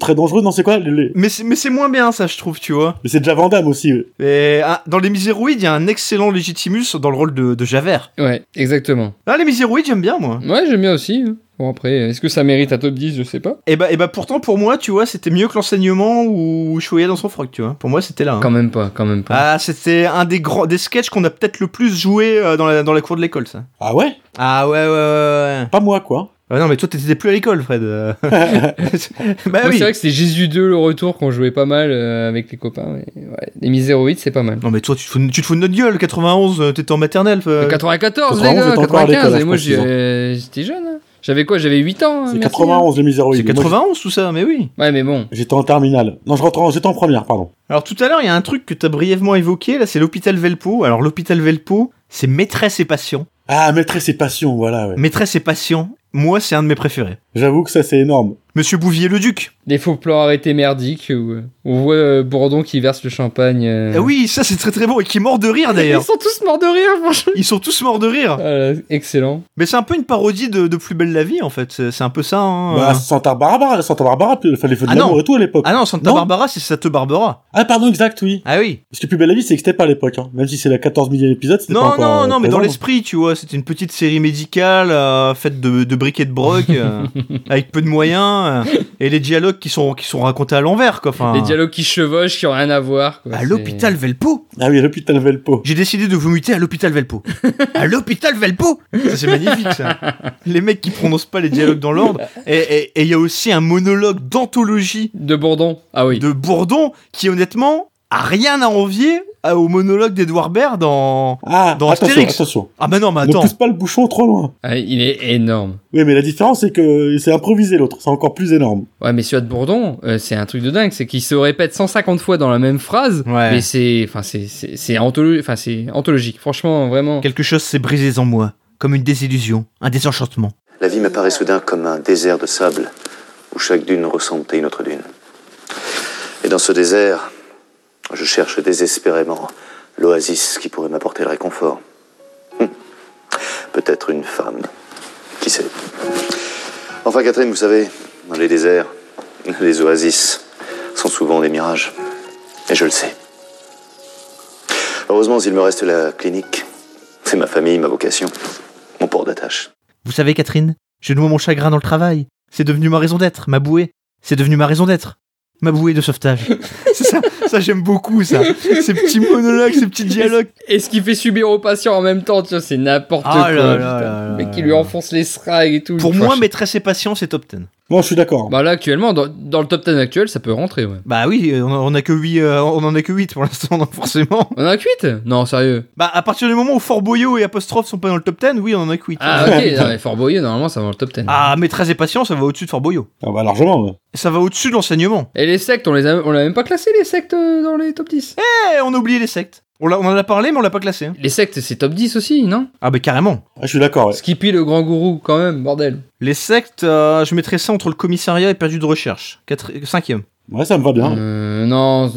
très dangereuses, non, c'est quoi les- les-
Mais c'est mais c'est moins bien ça, je trouve, tu vois.
Mais c'est déjà Van Damme aussi. ouais.
Et, ah, dans les miséroïdes, il y a un excellent Légitimus dans le rôle de, de Javert.
Ouais, exactement.
Ah, les miséroïdes, j'aime bien, moi.
Ouais, j'aime bien aussi. hein. Bon, après, est-ce que ça mérite un top 10 Je sais pas.
Et bah, et bah pourtant, pour moi, tu vois, c'était mieux que l'enseignement ou Chouya dans son froc, tu vois. Pour moi, c'était là. hein.
Quand même pas, quand même pas.
Ah, c'était un des grands des sketchs qu'on a peut-être le plus joué euh, dans, la, dans la cour de l'école, ça.
Ah ouais
Ah ouais, ouais, ouais, ouais.
Pas moi, quoi.
Ah non, mais toi, t'étais plus à l'école, Fred. euh.
Ah,
bah
eh
Moi,
oui.
C'est vrai que c'est Jésus 2 le retour qu'on jouait pas mal euh, avec les copains. mais ouais, Les miséroïdes, c'est pas mal.
Non, mais toi, tu te fous, tu te fous de notre gueule, 91, euh, t'étais en maternelle. euh.
94, les
91,
gars,
j'étais encore à
95,
l'école,
et moi
je pense,
j'ai- euh, j'étais jeune. hein. J'avais quoi J'avais 8 ans. hein,
C'est
merci,
91, les miséroïdes.
C'est
Moi,
91, tout ça, mais oui.
hein. Ouais, mais bon.
J'étais en terminale. Non, je rentre en- j'étais en première, pardon.
Alors tout à l'heure, il y a un truc que t'as brièvement évoqué, là, c'est l'hôpital Velpo. Alors l'hôpital Velpo, c'est maîtresse et patient.
Ah, maîtresse et passion, voilà, ouais.
Maîtresse et patient, moi, c'est un de mes préférés.
J'avoue que ça, c'est énorme.
Monsieur Bouvier le Duc.
Des faux plans arrêtés merdiques où euh, on voit euh, Bourdon qui verse le champagne. euh.
Eh
Ah oui, ça, c'est très très bon, et qui est mort de rire
Ils
d'ailleurs.
sont tous morts de rire, franchement.
Ils sont tous morts de rire.
Ah, excellent.
Mais c'est un peu une parodie de, de Plus belle la vie, en fait. C'est c'est un peu ça. hein,
Bah,
euh.
Santa Barbara, Santa Barbara, puis, enfin, les feux de
Ah
l'amour
non.
et tout à l'époque.
Ah non, Santa
Non.
Barbara, c'est ça te Barbara.
Ah, pardon, exact, oui.
Ah oui.
Parce que Plus Belle la Vie, ça n'existait pas à l'époque, hein. Même si c'est la 14 millième épisode, c'était pas
Non,
encore,
non,
euh,
non, mais dans
présent.
l'esprit, tu vois, c'était une petite série médicale euh, faite de, de briquets de broc, euh, avec peu de moyens, euh, et les dialogues qui sont, qui sont racontés à l'envers, quoi.
Ah.
enfin.
Les dialogues qui chevauchent, qui ont rien à voir. quoi,
À
c'est-
l'hôpital Velpo
Ah oui, l'hôpital Velpo.
J'ai décidé de vous muter à l'hôpital Velpo. à l'hôpital Velpo Ça, C'est magnifique, ça. Les mecs qui prononcent pas les dialogues dans l'ordre. Et- Et et il y a aussi un monologue d'anthologie
De Bourdon. Ah oui.
de Bourdon qui, honnêtement, a rien à envier à- au monologue d'Edouard Baird dans...
Ah,
Dans
attention,
Astérix.
attention.
Ah bah non, mais
Ne
attends.
pousse pas le bouchon trop loin.
Ah, il est énorme.
Oui, mais la différence, c'est que c'est improvisé l'autre. C'est encore plus énorme.
Ouais, mais celui de Bourdon, euh, c'est un truc de dingue. C'est qu'il se répète 150 fois dans la même phrase.
Ouais.
Mais c'est, enfin, c'est, c'est, c'est antholo- enfin, c'est anthologique. Franchement, vraiment.
Quelque chose s'est brisé en moi, comme une désillusion, un désenchantement.
La vie m'apparaît soudain comme un désert de sable où chaque dune ressemble à une autre dune. Et dans ce désert, je cherche désespérément l'oasis qui pourrait m'apporter le réconfort. Hum. Peut-être une femme. Qui sait Enfin, Catherine, vous savez, dans les déserts, les oasis sont souvent des mirages. Et je le sais. Heureusement, il me reste la clinique. C'est ma famille, ma vocation, mon port d'attache.
Vous savez, Catherine, je noue mon chagrin dans le travail. C'est devenu ma raison d'être, ma bouée. C'est devenu ma raison d'être, ma bouée de sauvetage. c'est ça, ça j'aime beaucoup ça. Ces petits monologues, ces petits dialogues.
Et ce qu'il fait subir aux patients en même temps, tu vois, c'est n'importe
Ah
quoi.
là là
putain.
là
Le mec
là
qui lui
là.
enfonce les seringues et tout.
Pour
Enfin,
moi,
je-
maîtresse et patient, c'est top 10.
Non, je suis d'accord.
Bah là, actuellement, dans, dans le top 10 actuel, ça peut rentrer, ouais.
Bah oui, on en a que 8, on en a que 8 pour l'instant, donc forcément.
On en a 8 Non, sérieux.
Bah à partir du moment où Fort Boyot et Apostrophe sont pas dans le top 10, oui, on en a que 8.
Ah, ok. non, mais Fort Boyeux, normalement, ça va dans le top 10.
Ah, maîtresse et patient, ça va au-dessus de Fort Boyot.
Ah bah, largement. ouais.
Ça va au-dessus de l'enseignement.
Et les sectes, on les a, on l'a même pas classé, les sectes, euh, dans les top 10.
Eh, on a oublié les sectes. On, l'a- on en a parlé, mais on l'a pas classé. hein.
Les sectes, c'est top 10 aussi, non
Ah bah carrément.
Ah, je suis d'accord. ouais.
Skippy le grand gourou, quand même, bordel.
Les sectes, euh, je mettrais ça entre le commissariat et perdu de recherche. Quatre... Cinquième.
Ouais, ça me va
Mm.
bien.
Euh, non,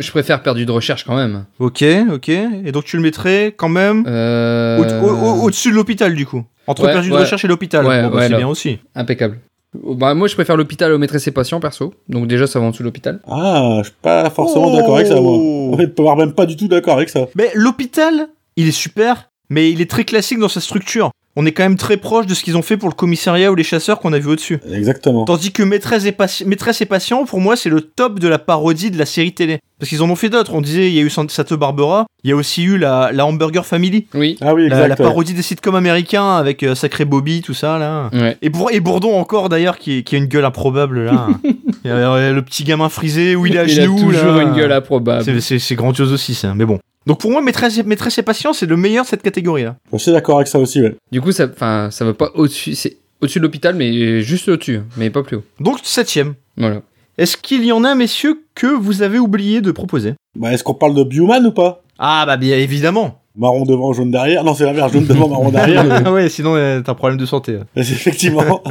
je préfère perdu de recherche quand même.
Ok, ok. Et donc tu le mettrais quand même
Euh...
au- au- au- au-dessus de l'hôpital du coup. Entre
Ouais,
perdu de
ouais.
recherche et l'hôpital.
Ouais,
Bon, bah,
ouais,
c'est
là.
bien aussi.
Impeccable. Bah, moi, je préfère l'hôpital aux maîtresses et patients, perso. Donc, déjà, ça va en dessous de l'hôpital.
Ah, je suis pas forcément d'accord avec ça, moi.
Oh.
En fait, voire même pas du tout d'accord avec ça.
Mais l'hôpital, il est super, mais il est très classique dans sa structure. on est quand même très proche de ce qu'ils ont fait pour le commissariat ou les chasseurs qu'on a vu au-dessus.
Exactement.
Tandis que Maîtresse et, Pati- Maîtresse et Patient, pour moi, c'est le top de la parodie de la série télé. Parce qu'ils en ont fait d'autres. On disait, il y a eu Sant- Sato Barbara, il y a aussi eu la, la Hamburger Family.
Oui.
Ah oui, exact.
Euh, La, la
ouais.
parodie des sitcoms américains avec euh, Sacré Bobby, tout ça, là.
Ouais.
Et, Bour- et Bourdon encore, d'ailleurs, qui, qui a une gueule improbable, là. Il y a, euh, le petit gamin frisé où il est à
Il a
genoux,
toujours
là.
une gueule improbable.
C'est- C'est c'est grandiose aussi, ça. Mais bon. Donc pour moi, Maîtresse, et- Maîtresse et Patient, c'est le meilleur de cette catégorie-là.
Je suis d'accord avec ça aussi, ouais.
Du coup, ça, enfin, ça va pas au-dessus, c'est au-dessus de l'hôpital, mais juste au-dessus, mais pas plus haut.
Donc septième.
Voilà.
Est-ce qu'il y en a, messieurs, que vous avez oublié de proposer
Bah, est-ce qu'on parle de Bioman ou pas
Ah bah bien évidemment
Marron devant, jaune derrière. Non, c'est l'inverse, jaune devant, marron derrière.
Ah ouais, sinon euh, t'as un problème de santé.
Mais Effectivement.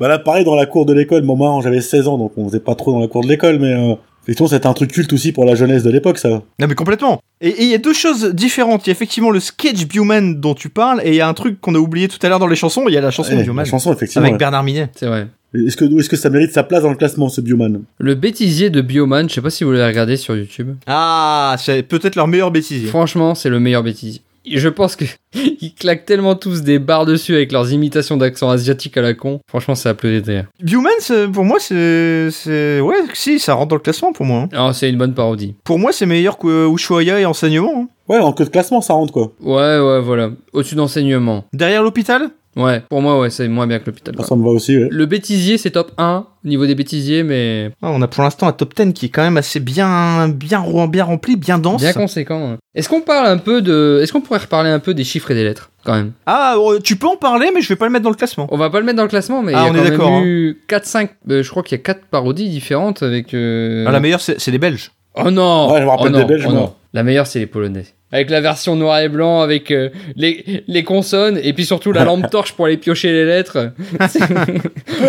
bah là, pareil, dans la cour de l'école, bon, moi, j'avais 16 ans, donc on faisait pas trop dans la cour de l'école, mais euh, effectivement, c'était un truc culte aussi pour la jeunesse de l'époque, ça.
Non mais complètement Et et il y a deux choses différentes. Il y a effectivement le sketch Bioman dont tu parles, et il y a un truc qu'on a oublié tout à l'heure dans les chansons, il y a la chanson
Ouais,
de Bioman.
La chanson, effectivement.
Avec
ouais.
Bernard Minet.
C'est vrai.
Est-ce que, est-ce que ça mérite sa place dans le classement, ce Bioman
Le bêtisier de Bioman, je sais pas si vous l'avez regardé sur YouTube.
Ah, c'est peut-être leur meilleure bêtise.
Franchement, c'est le meilleur bêtisier. Et Je pense que ils claquent tellement tous des barres dessus avec leurs imitations d'accent asiatique à la con. Franchement, ça a pleuré de rire.
Bioman, c'est- pour moi, c'est... c'est- Ouais, si, ça rentre dans le classement pour moi. hein.
Alors, c'est une bonne parodie.
Pour moi, c'est meilleur que euh, Ushuaïa et Enseignement. hein.
Ouais, en queue de classement, ça rentre, quoi.
Ouais, ouais, voilà. Au-dessus d'enseignement.
Derrière l'hôpital
Ouais, pour moi, ouais, c'est moins bien que l'hôpital.
Ça, ça me va aussi, ouais.
Le bêtisier, c'est top 1 au niveau des bêtisiers, mais
Ah, On a pour l'instant un top 10 qui est quand même assez bien, bien, rou- bien rempli, bien dense.
bien conséquent. hein. Est-ce qu'on parle un peu de. Est-ce qu'on pourrait reparler un peu des chiffres et des lettres, quand même
Ah, euh, tu peux en parler, mais je vais pas le mettre dans le classement.
On va pas le mettre dans le classement, mais
Ah,
il y a
on est
quand
d'accord,
même eu 4-5. euh, je crois qu'il y a 4 parodies différentes avec. euh,
Ah, la meilleure, c'est c'est les Belges.
Oh non
Ouais, je me rappelle
Oh non,
des Belges,
oh
moi.
non. La meilleure, c'est les Polonais. Avec la version noir et blanc, avec euh, les, les consonnes, et puis surtout la lampe torche pour aller piocher les lettres. C'est-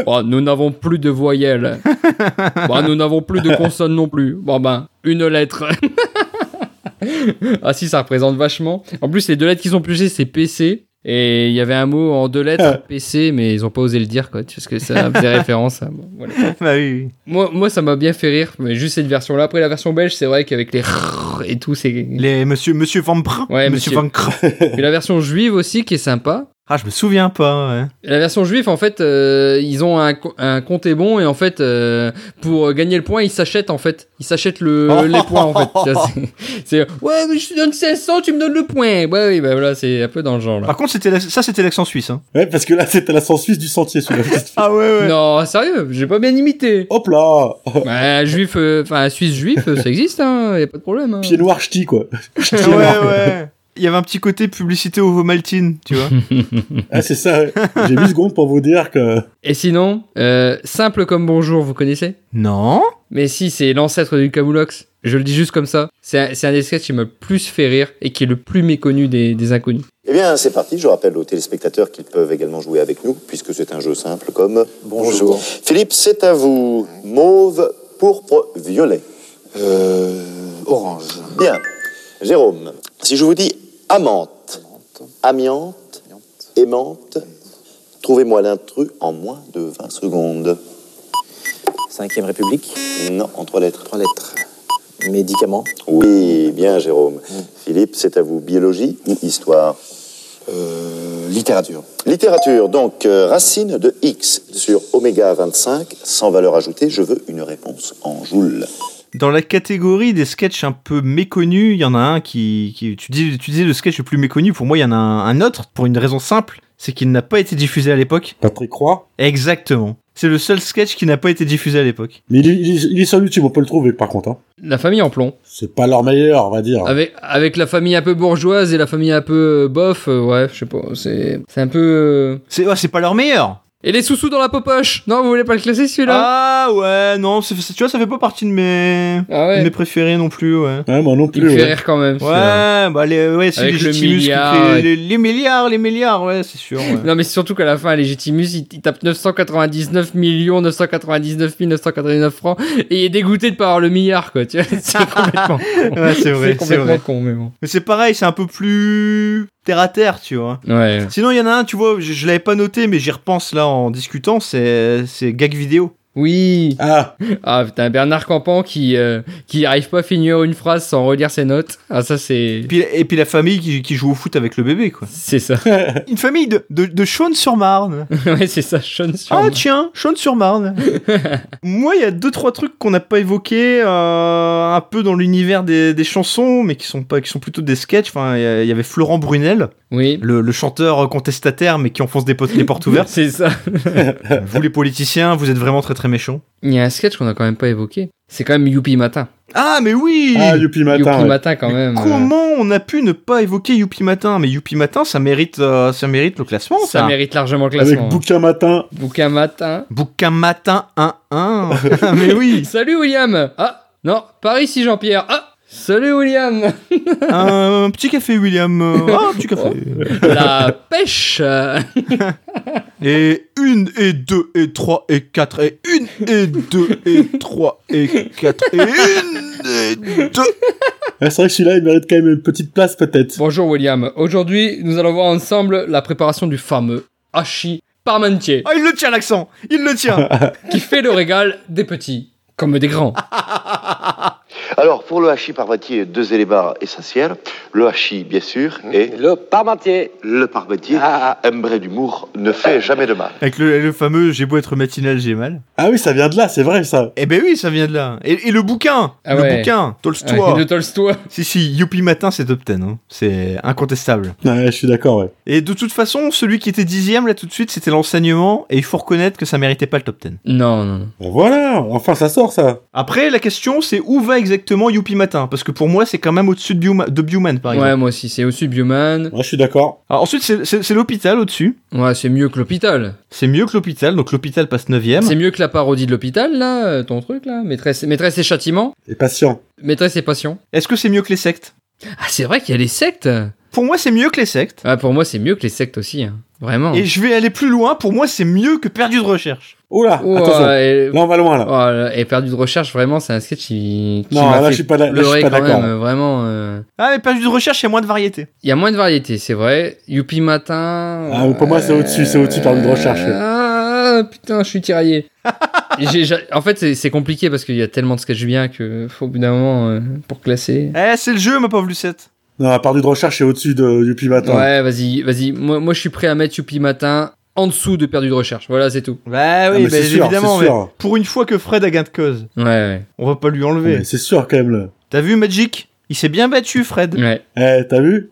Bon, nous n'avons plus de voyelles. Bon, nous n'avons plus de consonnes non plus. Bon ben, une lettre. ah si, ça représente vachement. En plus, les deux lettres qu'ils ont piochées, c'est PC. Et il y avait un mot en deux
Ah.
lettres, PC, mais ils ont pas osé le dire, quoi, parce que ça faisait référence à... bon, voilà.
bah oui, oui.
Moi, moi, ça m'a bien fait rire, mais juste cette version-là. Après, la version belge, c'est vrai qu'avec les rrrr et tout, c'est.
Les monsieur, monsieur Van Prin.
Ouais,
monsieur,
monsieur.
Van Cr-
Mais la version juive aussi, qui est sympa.
Ah, je me souviens pas, ouais.
La version juive, en fait, euh, ils ont un, co- un compte et bon, et en fait, euh, pour gagner le point, ils s'achètent, en fait. Ils s'achètent le, les points, en fait. Tu vois, c'est- C'est, ouais, mais je te donne 1600, tu me donnes le point. Ouais, oui, bah voilà, c'est un peu dans le genre, là.
Par contre, c'était la- ça, c'était l'accent suisse. Hein.
Ouais, parce que là, c'était la sens suisse du sentier, celui-là.
Ah ouais,
Non, sérieux, j'ai pas bien imité.
Hop là
Bah, juif, euh, enfin, suisse juif, euh, ça existe, hein, y a pas de problème. hein.
Pied noir ch'ti, quoi.
ouais, ouais. Il y avait un petit côté publicité au Vomaltine, tu vois.
Ah, c'est ça, ouais. J'ai 8 secondes pour vous dire que...
Et sinon, euh, simple comme bonjour, vous connaissez?
non.
Mais si, c'est l'ancêtre du Camoulox. Je le dis juste comme ça. C'est un, c'est un des sketchs qui m'a le plus fait rire et qui est le plus méconnu des, des inconnus.
Eh bien, c'est parti. Je rappelle aux téléspectateurs qu'ils peuvent également jouer avec nous, puisque c'est un jeu simple comme Bonjour. Philippe, c'est à vous. Mauve, pourpre, violet.
Euh. Orange.
Bien. Jérôme, si je vous dis amante, amiante, aimante, trouvez-moi l'intrus en moins de 20 secondes.
Cinquième République.
Non, en trois lettres.
Trois lettres. Médicaments. Mm.
Oui, bien, Jérôme. Philippe, c'est à vous. Biologie ou histoire
Euh. Littérature.
Littérature, donc euh, racine de x sur oméga 25, sans valeur ajoutée, je veux une réponse en joules.
Dans la catégorie des sketchs un peu méconnus, il y en a un qui, qui- tu, dis, tu disais le sketch le plus méconnu. Pour moi, il y en a un, un autre pour une raison simple, c'est qu'il n'a pas été diffusé à l'époque.
Patrick Roy.
Exactement. C'est le seul sketch qui n'a pas été diffusé à l'époque.
Mais il, est- il est- il est sur YouTube, on peut le trouver, par contre. Hein.
La famille en plomb.
C'est pas leur meilleur, on va dire.
Avec, avec la famille un peu bourgeoise et la famille un peu euh, bof, euh, ouais, je sais pas, c'est, c'est un peu... euh,
C'est ouais, c'est pas leur meilleur.
Et les sous-sous dans la popoche Non, vous voulez pas le classer celui-là
Ah ouais, non, c'est- c'est- tu vois, ça fait pas partie de mes, de
Ah ouais,
mes préférés non plus, ouais.
Ouais, moi non
il me
plus,
fait
ouais.
rire quand même. celui-là.
Ouais, bah les, ouais, c'est
Avec le
Légitimus qui
milliard,
fait
ouais.
les, les milliards, les milliards, ouais, c'est sûr. ouais.
Non mais c'est surtout qu'à la fin, Légitimus, il, il tape 999 millions 999 999 francs et il est dégoûté de pas avoir le milliard quoi, tu vois, c'est complètement...
Ouais, c'est vrai, c'est
complètement
vrai.
con mais bon.
Mais c'est pareil, c'est un peu plus terre à terre, tu vois.
Ouais.
Sinon, il y en a un, tu vois, je, je l'avais pas noté, mais j'y repense là en discutant, c'est c'est gag vidéo.
Oui.
Ah.
Ah putain, Bernard Campan qui euh, qui arrive pas à finir une phrase sans relire ses notes. Ah ça c'est.
Et puis, et puis la famille qui, qui joue au foot avec le bébé, quoi.
C'est ça.
Une famille de, de, de Chaune-sur-Marne.
ouais c'est ça, Sean sur.
Ah tiens, Chaune-sur-Marne. Moi, il y a deux trois trucs qu'on n'a pas évoqués, euh, un peu dans l'univers des, des chansons, mais qui sont pas, qui sont plutôt des sketchs. Enfin, il y a- il y avait Florent Brunel,
oui.
le, le chanteur contestataire, mais qui enfonce des potes- les portes ouvertes.
C'est ça.
vous les politiciens, vous êtes vraiment très très méchants.
Il y a un sketch qu'on a quand même pas évoqué. C'est quand même Youpi Matin.
Ah mais oui.
Ah, Youpi Matin.
Youpi
ouais.
Matin quand même. euh,
Comment on a pu ne pas évoquer Youpi Matin Mais Youpi Matin, ça mérite, euh, ça mérite le classement, ça.
Ça mérite largement le
Avec
classement. hein.
Bouquin Matin.
Bouquin Matin.
Bouquin Matin 1-1. mais oui.
Salut William. Ah non, par ici Jean-Pierre. Ah salut William.
Un petit café, William. Ah, un petit café.
La pêche. euh,
Et une, et deux, et trois, et quatre, et une, et deux, et trois, et quatre, et une, et deux.
Ah, c'est vrai que celui-là, il mérite quand même une petite place, peut-être.
Bonjour William. Aujourd'hui, nous allons voir ensemble la préparation du fameux hachis parmentier
Ah, il le tient, l'accent. Il le tient.
qui fait le régal des petits comme des grands.
Ah,
Alors, pour le hachis parmentier, deux éléments essentiels. Le hachis, bien sûr, et
Le parmentier.
le parmentier,
Ah,
imbré d'humour, ne fait jamais de mal.
Avec le, le fameux J'ai beau être matinal, j'ai mal.
Ah oui, ça vient de là, c'est vrai, ça.
Eh ben oui, ça vient de là. Et, et le bouquin.
Ah
le
ouais.
bouquin. Tolstoy.
De Tolstoy.
Si, si, Youpi Matin, c'est top 10. hein. C'est incontestable.
Ouais, je suis d'accord, ouais.
Et de toute façon, celui qui était dixième, là, tout de suite, c'était l'enseignement. Et il faut reconnaître que ça méritait pas le top 10.
Non, non, non.
Ben voilà, enfin, ça sort, ça.
Après, la question, c'est où va exactement Youpi Matin Parce que pour moi, c'est quand même au-dessus de, Bioma- de Bioman, par exemple.
Ouais, moi aussi, c'est aussi Bioman.
Ouais, je suis d'accord.
Alors, ensuite, c'est- c'est c'est l'hôpital au-dessus.
Ouais, c'est mieux que l'hôpital.
C'est mieux que l'hôpital, donc l'hôpital passe
C'est
9ème.
mieux que la parodie de l'hôpital, là, euh, ton truc, là. Maîtresse, maîtresse et châtiment.
Et patient.
Maîtresse et passion.
Est-ce que c'est mieux que les sectes
Ah, c'est vrai qu'il y a les sectes.
Pour moi, c'est mieux que les sectes.
Ah, pour moi, c'est mieux que les sectes aussi. hein. Vraiment.
Et je vais aller plus loin, pour moi, c'est mieux que perdu de recherche.
Oula,
Oh,
attention.
et...
Là, on va loin, là.
oh, là, et perdu de recherche, vraiment, c'est un sketch qui, qui
non,
m'a
là,
fait
je suis pas, là, là, je suis
pleurer
pas
quand
d'accord.
même. euh, Vraiment. euh.
Ah, mais perdu de recherche, il y a moins de variété.
Il y a moins de variété, c'est vrai. Youpi Matin.
Ah, mais pour moi, c'est au-dessus, c'est au-dessus par une recherche.
Ah, putain, je suis tiraillé. J'ai- j'ai- en fait, c'est- c'est compliqué parce qu'il y a tellement de sketchs bien que faut au bout d'un moment euh, pour classer.
Eh, c'est le jeu, ma pauvre Lucette.
Non, à part du de recherche, c'est au-dessus de Youpi Matin.
Ouais, vas-y, vas-y. Moi, moi, je suis prêt à mettre Youpi Matin en dessous de perdu de recherche. Voilà, c'est tout.
Bah oui,
Ah, mais
bah,
c'est sûr,
évidemment,
c'est
mais
sûr.
pour une fois que Fred a gain de cause,
Ouais, ouais.
on va pas lui enlever.
Mais C'est sûr, quand même. Là.
T'as vu Magic Il s'est bien battu, Fred.
Ouais.
Eh, t'as vu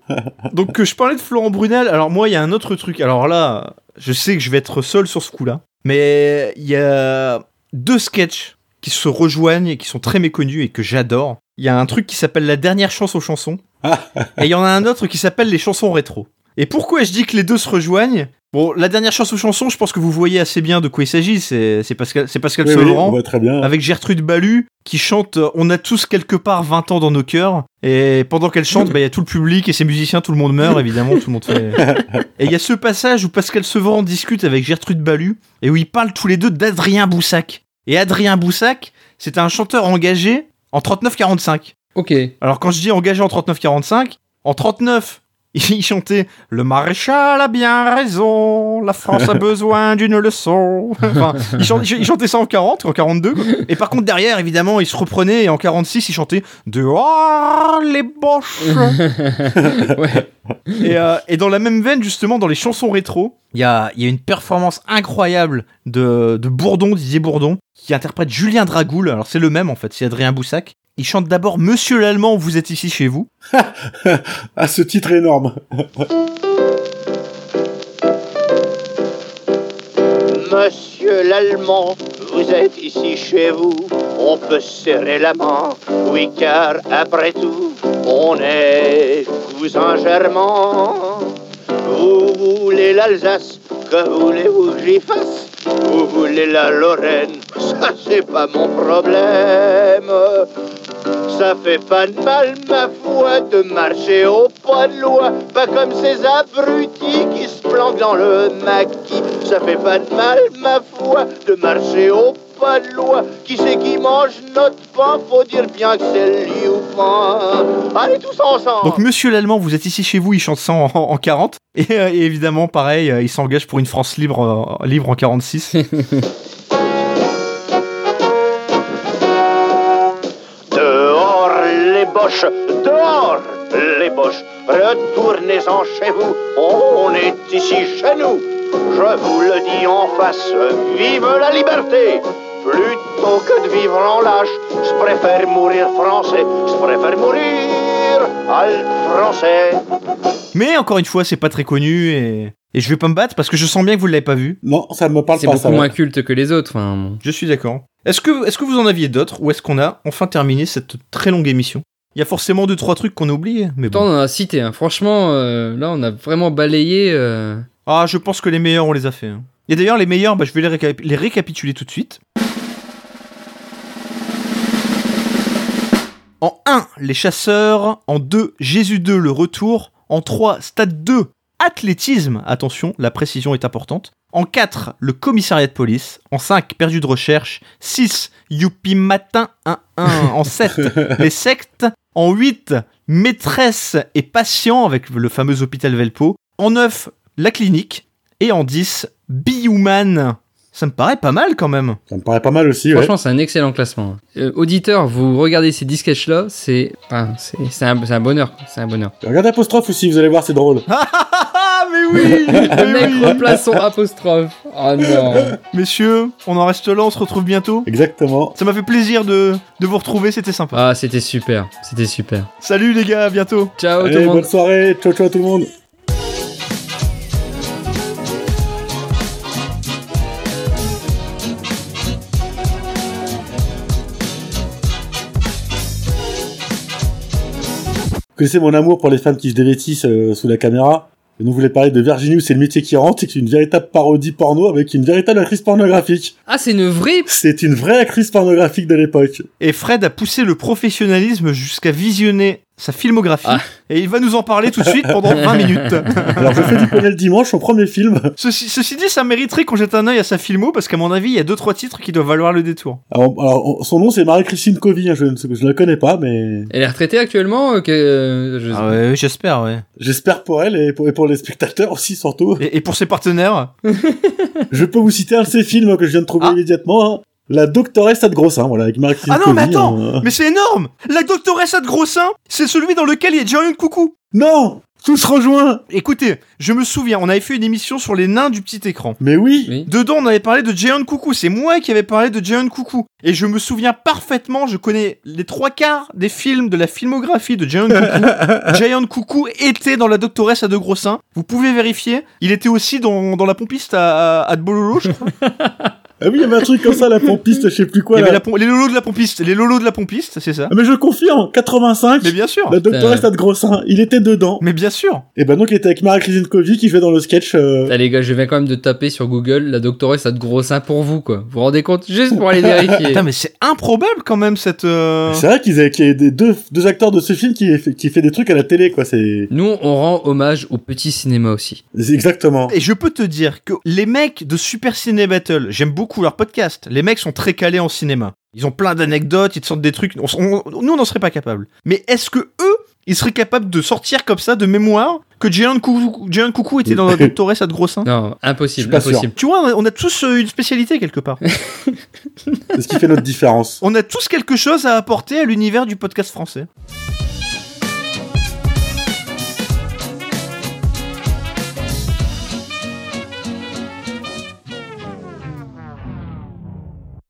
Donc que je parlais de Florent Brunel, alors moi il y a un autre truc. Alors là, je sais que je vais être seul sur ce coup-là, mais il y a deux sketchs qui se rejoignent et qui sont très méconnus et que j'adore. Il y a un truc qui s'appelle La dernière chance aux chansons
Ah.
et il y en a un autre qui s'appelle Les chansons rétro. Et pourquoi je dis que les deux se rejoignent Bon, La dernière chance aux chansons, je pense que vous voyez assez bien de quoi il s'agit, c'est c'est Pascal, c'est Pascal
Oui, oui,
Sevran
on voit très bien.
avec Gertrude Balu qui chante euh, On a tous quelque part 20 ans dans nos cœurs. Et pendant qu'elle chante, bah, il y a tout le public et ses musiciens, tout le monde meurt évidemment, tout le monde fait. Et il y a ce passage où Pascal Sevran discute avec Gertrude Balu et où ils parlent tous les deux d'Adrien Boussac. Et Adrien Boussac, c'est un chanteur engagé en 39-45.
Ok.
Alors quand je dis engagé en 39-45, en 39, il chantait Le maréchal a bien raison, la France a besoin d'une leçon. enfin, il, chan- il chantait ça en 40, en 42. quoi. Et par contre, derrière, évidemment, il se reprenait et en 46, il chantait Dehors les boches.
Ouais.
et, euh, et dans la même veine, justement, dans les chansons rétro, il y a, il y a une performance incroyable de, de Bourdon, Didier Bourdon, qui interprète Julien Dragoul. Alors c'est le même en fait, c'est Adrien Boussac. Il chante d'abord Monsieur l'Allemand, vous êtes ici chez vous.
Ah, ce titre énorme.
Monsieur l'Allemand, vous êtes ici chez vous. On peut serrer la main, oui, car après tout, on est cousins germans. Vous voulez l'Alsace, que voulez-vous que j'y fasse Vous voulez la Lorraine, ça c'est pas mon problème. Ça fait pas de mal, ma foi, de marcher au pas de loi. Pas comme ces abrutis qui se planquent dans le maquis. Ça fait pas de mal, ma foi, de marcher au pas de loi. Qui c'est qui mange notre pain Faut dire bien que c'est lui ou pas. Allez tous ensemble
Donc Monsieur l'Allemand, vous êtes ici chez vous, il chante ça en, en 40. Et, euh, et évidemment, pareil, euh, il s'engage pour une France libre, euh, libre en 46.
boches, dehors les boches. Retournez-en chez vous, on est ici chez nous. Je vous le dis en face, vive la liberté Plutôt que de vivre en lâche, je préfère mourir français, je préfère mourir al français.
Mais encore une fois, c'est pas très connu et... et je vais pas me battre parce que je sens bien que vous l'avez pas vu.
Non, ça me parle
C'est beaucoup moins culte que les autres. Enfin, bon.
Je suis d'accord. Est-ce que, est que vous en aviez d'autres ou est-ce qu'on a enfin terminé cette très longue émission Il y a forcément deux, trois trucs qu'on a oubliés, mais
Pourtant,
bon.
on en a cité. hein. Franchement, euh, là, on a vraiment balayé. euh,
Ah, je pense que les meilleurs, on les a fait. hein. Et d'ailleurs, les meilleurs, bah, je vais les, récap- les récapituler tout de suite. En 1, les chasseurs. En 2, Jésus 2, le retour. En 3, stade 2, athlétisme. Attention, la précision est importante. En 4, le commissariat de police. En 5, perdu de recherche. 6, youpi matin 1-1. En 7, les sectes. En 8, maîtresse et patient avec le fameux hôpital Velpo. En 9, la clinique. Et en 10, Biouman. Ça me paraît pas mal quand même.
Ça me paraît pas mal aussi, ouais.
Franchement, c'est un excellent classement. Euh, auditeurs, vous regardez ces disquettes là c'est enfin, c'est c'est un, c'est un bonheur. quoi. C'est un bonheur.
Regardez apostrophe aussi, vous allez voir, c'est drôle.
Ah mais oui,
Eh
mais
Le mec
oui.
replace son apostrophe. Oh non.
Messieurs, on en reste là, on se retrouve bientôt.
Exactement.
Ça m'a fait plaisir de, de vous retrouver, c'était sympa.
Ah, c'était super. C'était super.
Salut les gars, à bientôt.
Ciao tout
Allez,
le monde.
bonne soirée, ciao ciao tout le monde. Que c'est mon amour pour les femmes qui se dévêtissent euh, sous la caméra. Et donc, vous voulez parler de Virginie où c'est le métier qui rentre et que c'est une véritable parodie porno avec une véritable actrice pornographique.
Ah, c'est une vraie.
C'est une vraie actrice pornographique de l'époque.
Et Fred a poussé le professionnalisme jusqu'à visionner sa filmographie.
Ah.
Et il va nous en parler tout de suite pendant 20 minutes.
Alors, je fais du poney le dimanche, son premier film.
Ceci, ceci dit, ça mériterait qu'on jette un œil à sa filmo, parce qu'à mon avis, il y a deux trois titres qui doivent valoir le détour.
Alors, alors, on- son nom c'est Marie-Christine Covy, hein, je ne je la connais pas, mais
Elle est retraitée actuellement euh, que euh,
Ah
je-
ouais, j'espère, ouais.
j'espère pour elle et pour, et pour les spectateurs aussi surtout.
Et, et pour ses partenaires
je peux vous citer un de ses films que je viens de trouver
Ah.
immédiatement. hein. La Doctoresse à de Grossin, voilà, avec Marie-Christine
Ah non, mais
Covy,
attends
hein.
Mais c'est énorme La doctoresse à de Grossin, c'est celui dans lequel il y a Jerry Coucou
Non Tous rejoints
Écoutez, je me souviens, on avait fait une émission sur les nains du petit écran.
Mais oui,
Oui.
Dedans, on avait parlé de Giant Coucou. C'est moi qui avais parlé de Giant Coucou. Et je me souviens parfaitement, je connais les trois quarts des films de la filmographie de Giant Coucou. Giant Coucou était dans La Doctoresse à De Gros Seins. Vous pouvez vérifier. Il était aussi dans, dans La Pompiste à, à, à de Bololo, je crois.
Ah oui, il y avait un truc comme ça, la pompiste, je sais plus
Il
quoi.
y avait
là.
la pom- les lolos de la pompiste. Les lolos de la pompiste, c'est ça.
Ah, mais je confirme, 85,
Mais bien sûr.
La Doctoresse à de Grossin, il était dedans.
Mais bien sûr.
Et ben donc il était avec Marie-Christine Covy qui fait dans le sketch. euh,
Ah, les gars, je viens quand même de taper sur Google la doctoresse a de gros seins pour vous, quoi. Vous vous rendez compte Juste pour aller vérifier.
Putain, mais c'est improbable quand même cette. euh,
C'est vrai qu'ils avaient qu'il y ait des deux, deux acteurs de ce film qui, fait- qui fait des trucs à la télé, quoi. C'est
Nous, on rend hommage au petit cinéma aussi.
c'est exactement.
Et je peux te dire que les mecs de Super Ciné Battle, j'aime beaucoup leur podcast. Les mecs sont très calés en cinéma. Ils ont plein d'anecdotes, ils te sortent des trucs. On s- on- nous, on n'en serait pas capable. Mais est-ce que eux, ils seraient capables de sortir comme ça de mémoire que Jalen Coucou, Jalen Coucou était dans la doctoresse à de gros seins
Non, impossible,
Je suis pas
impossible.
Tu vois, on a- on a tous euh, une spécialité quelque part.
C'est ce qui fait notre différence.
On a tous quelque chose à apporter à l'univers du podcast français.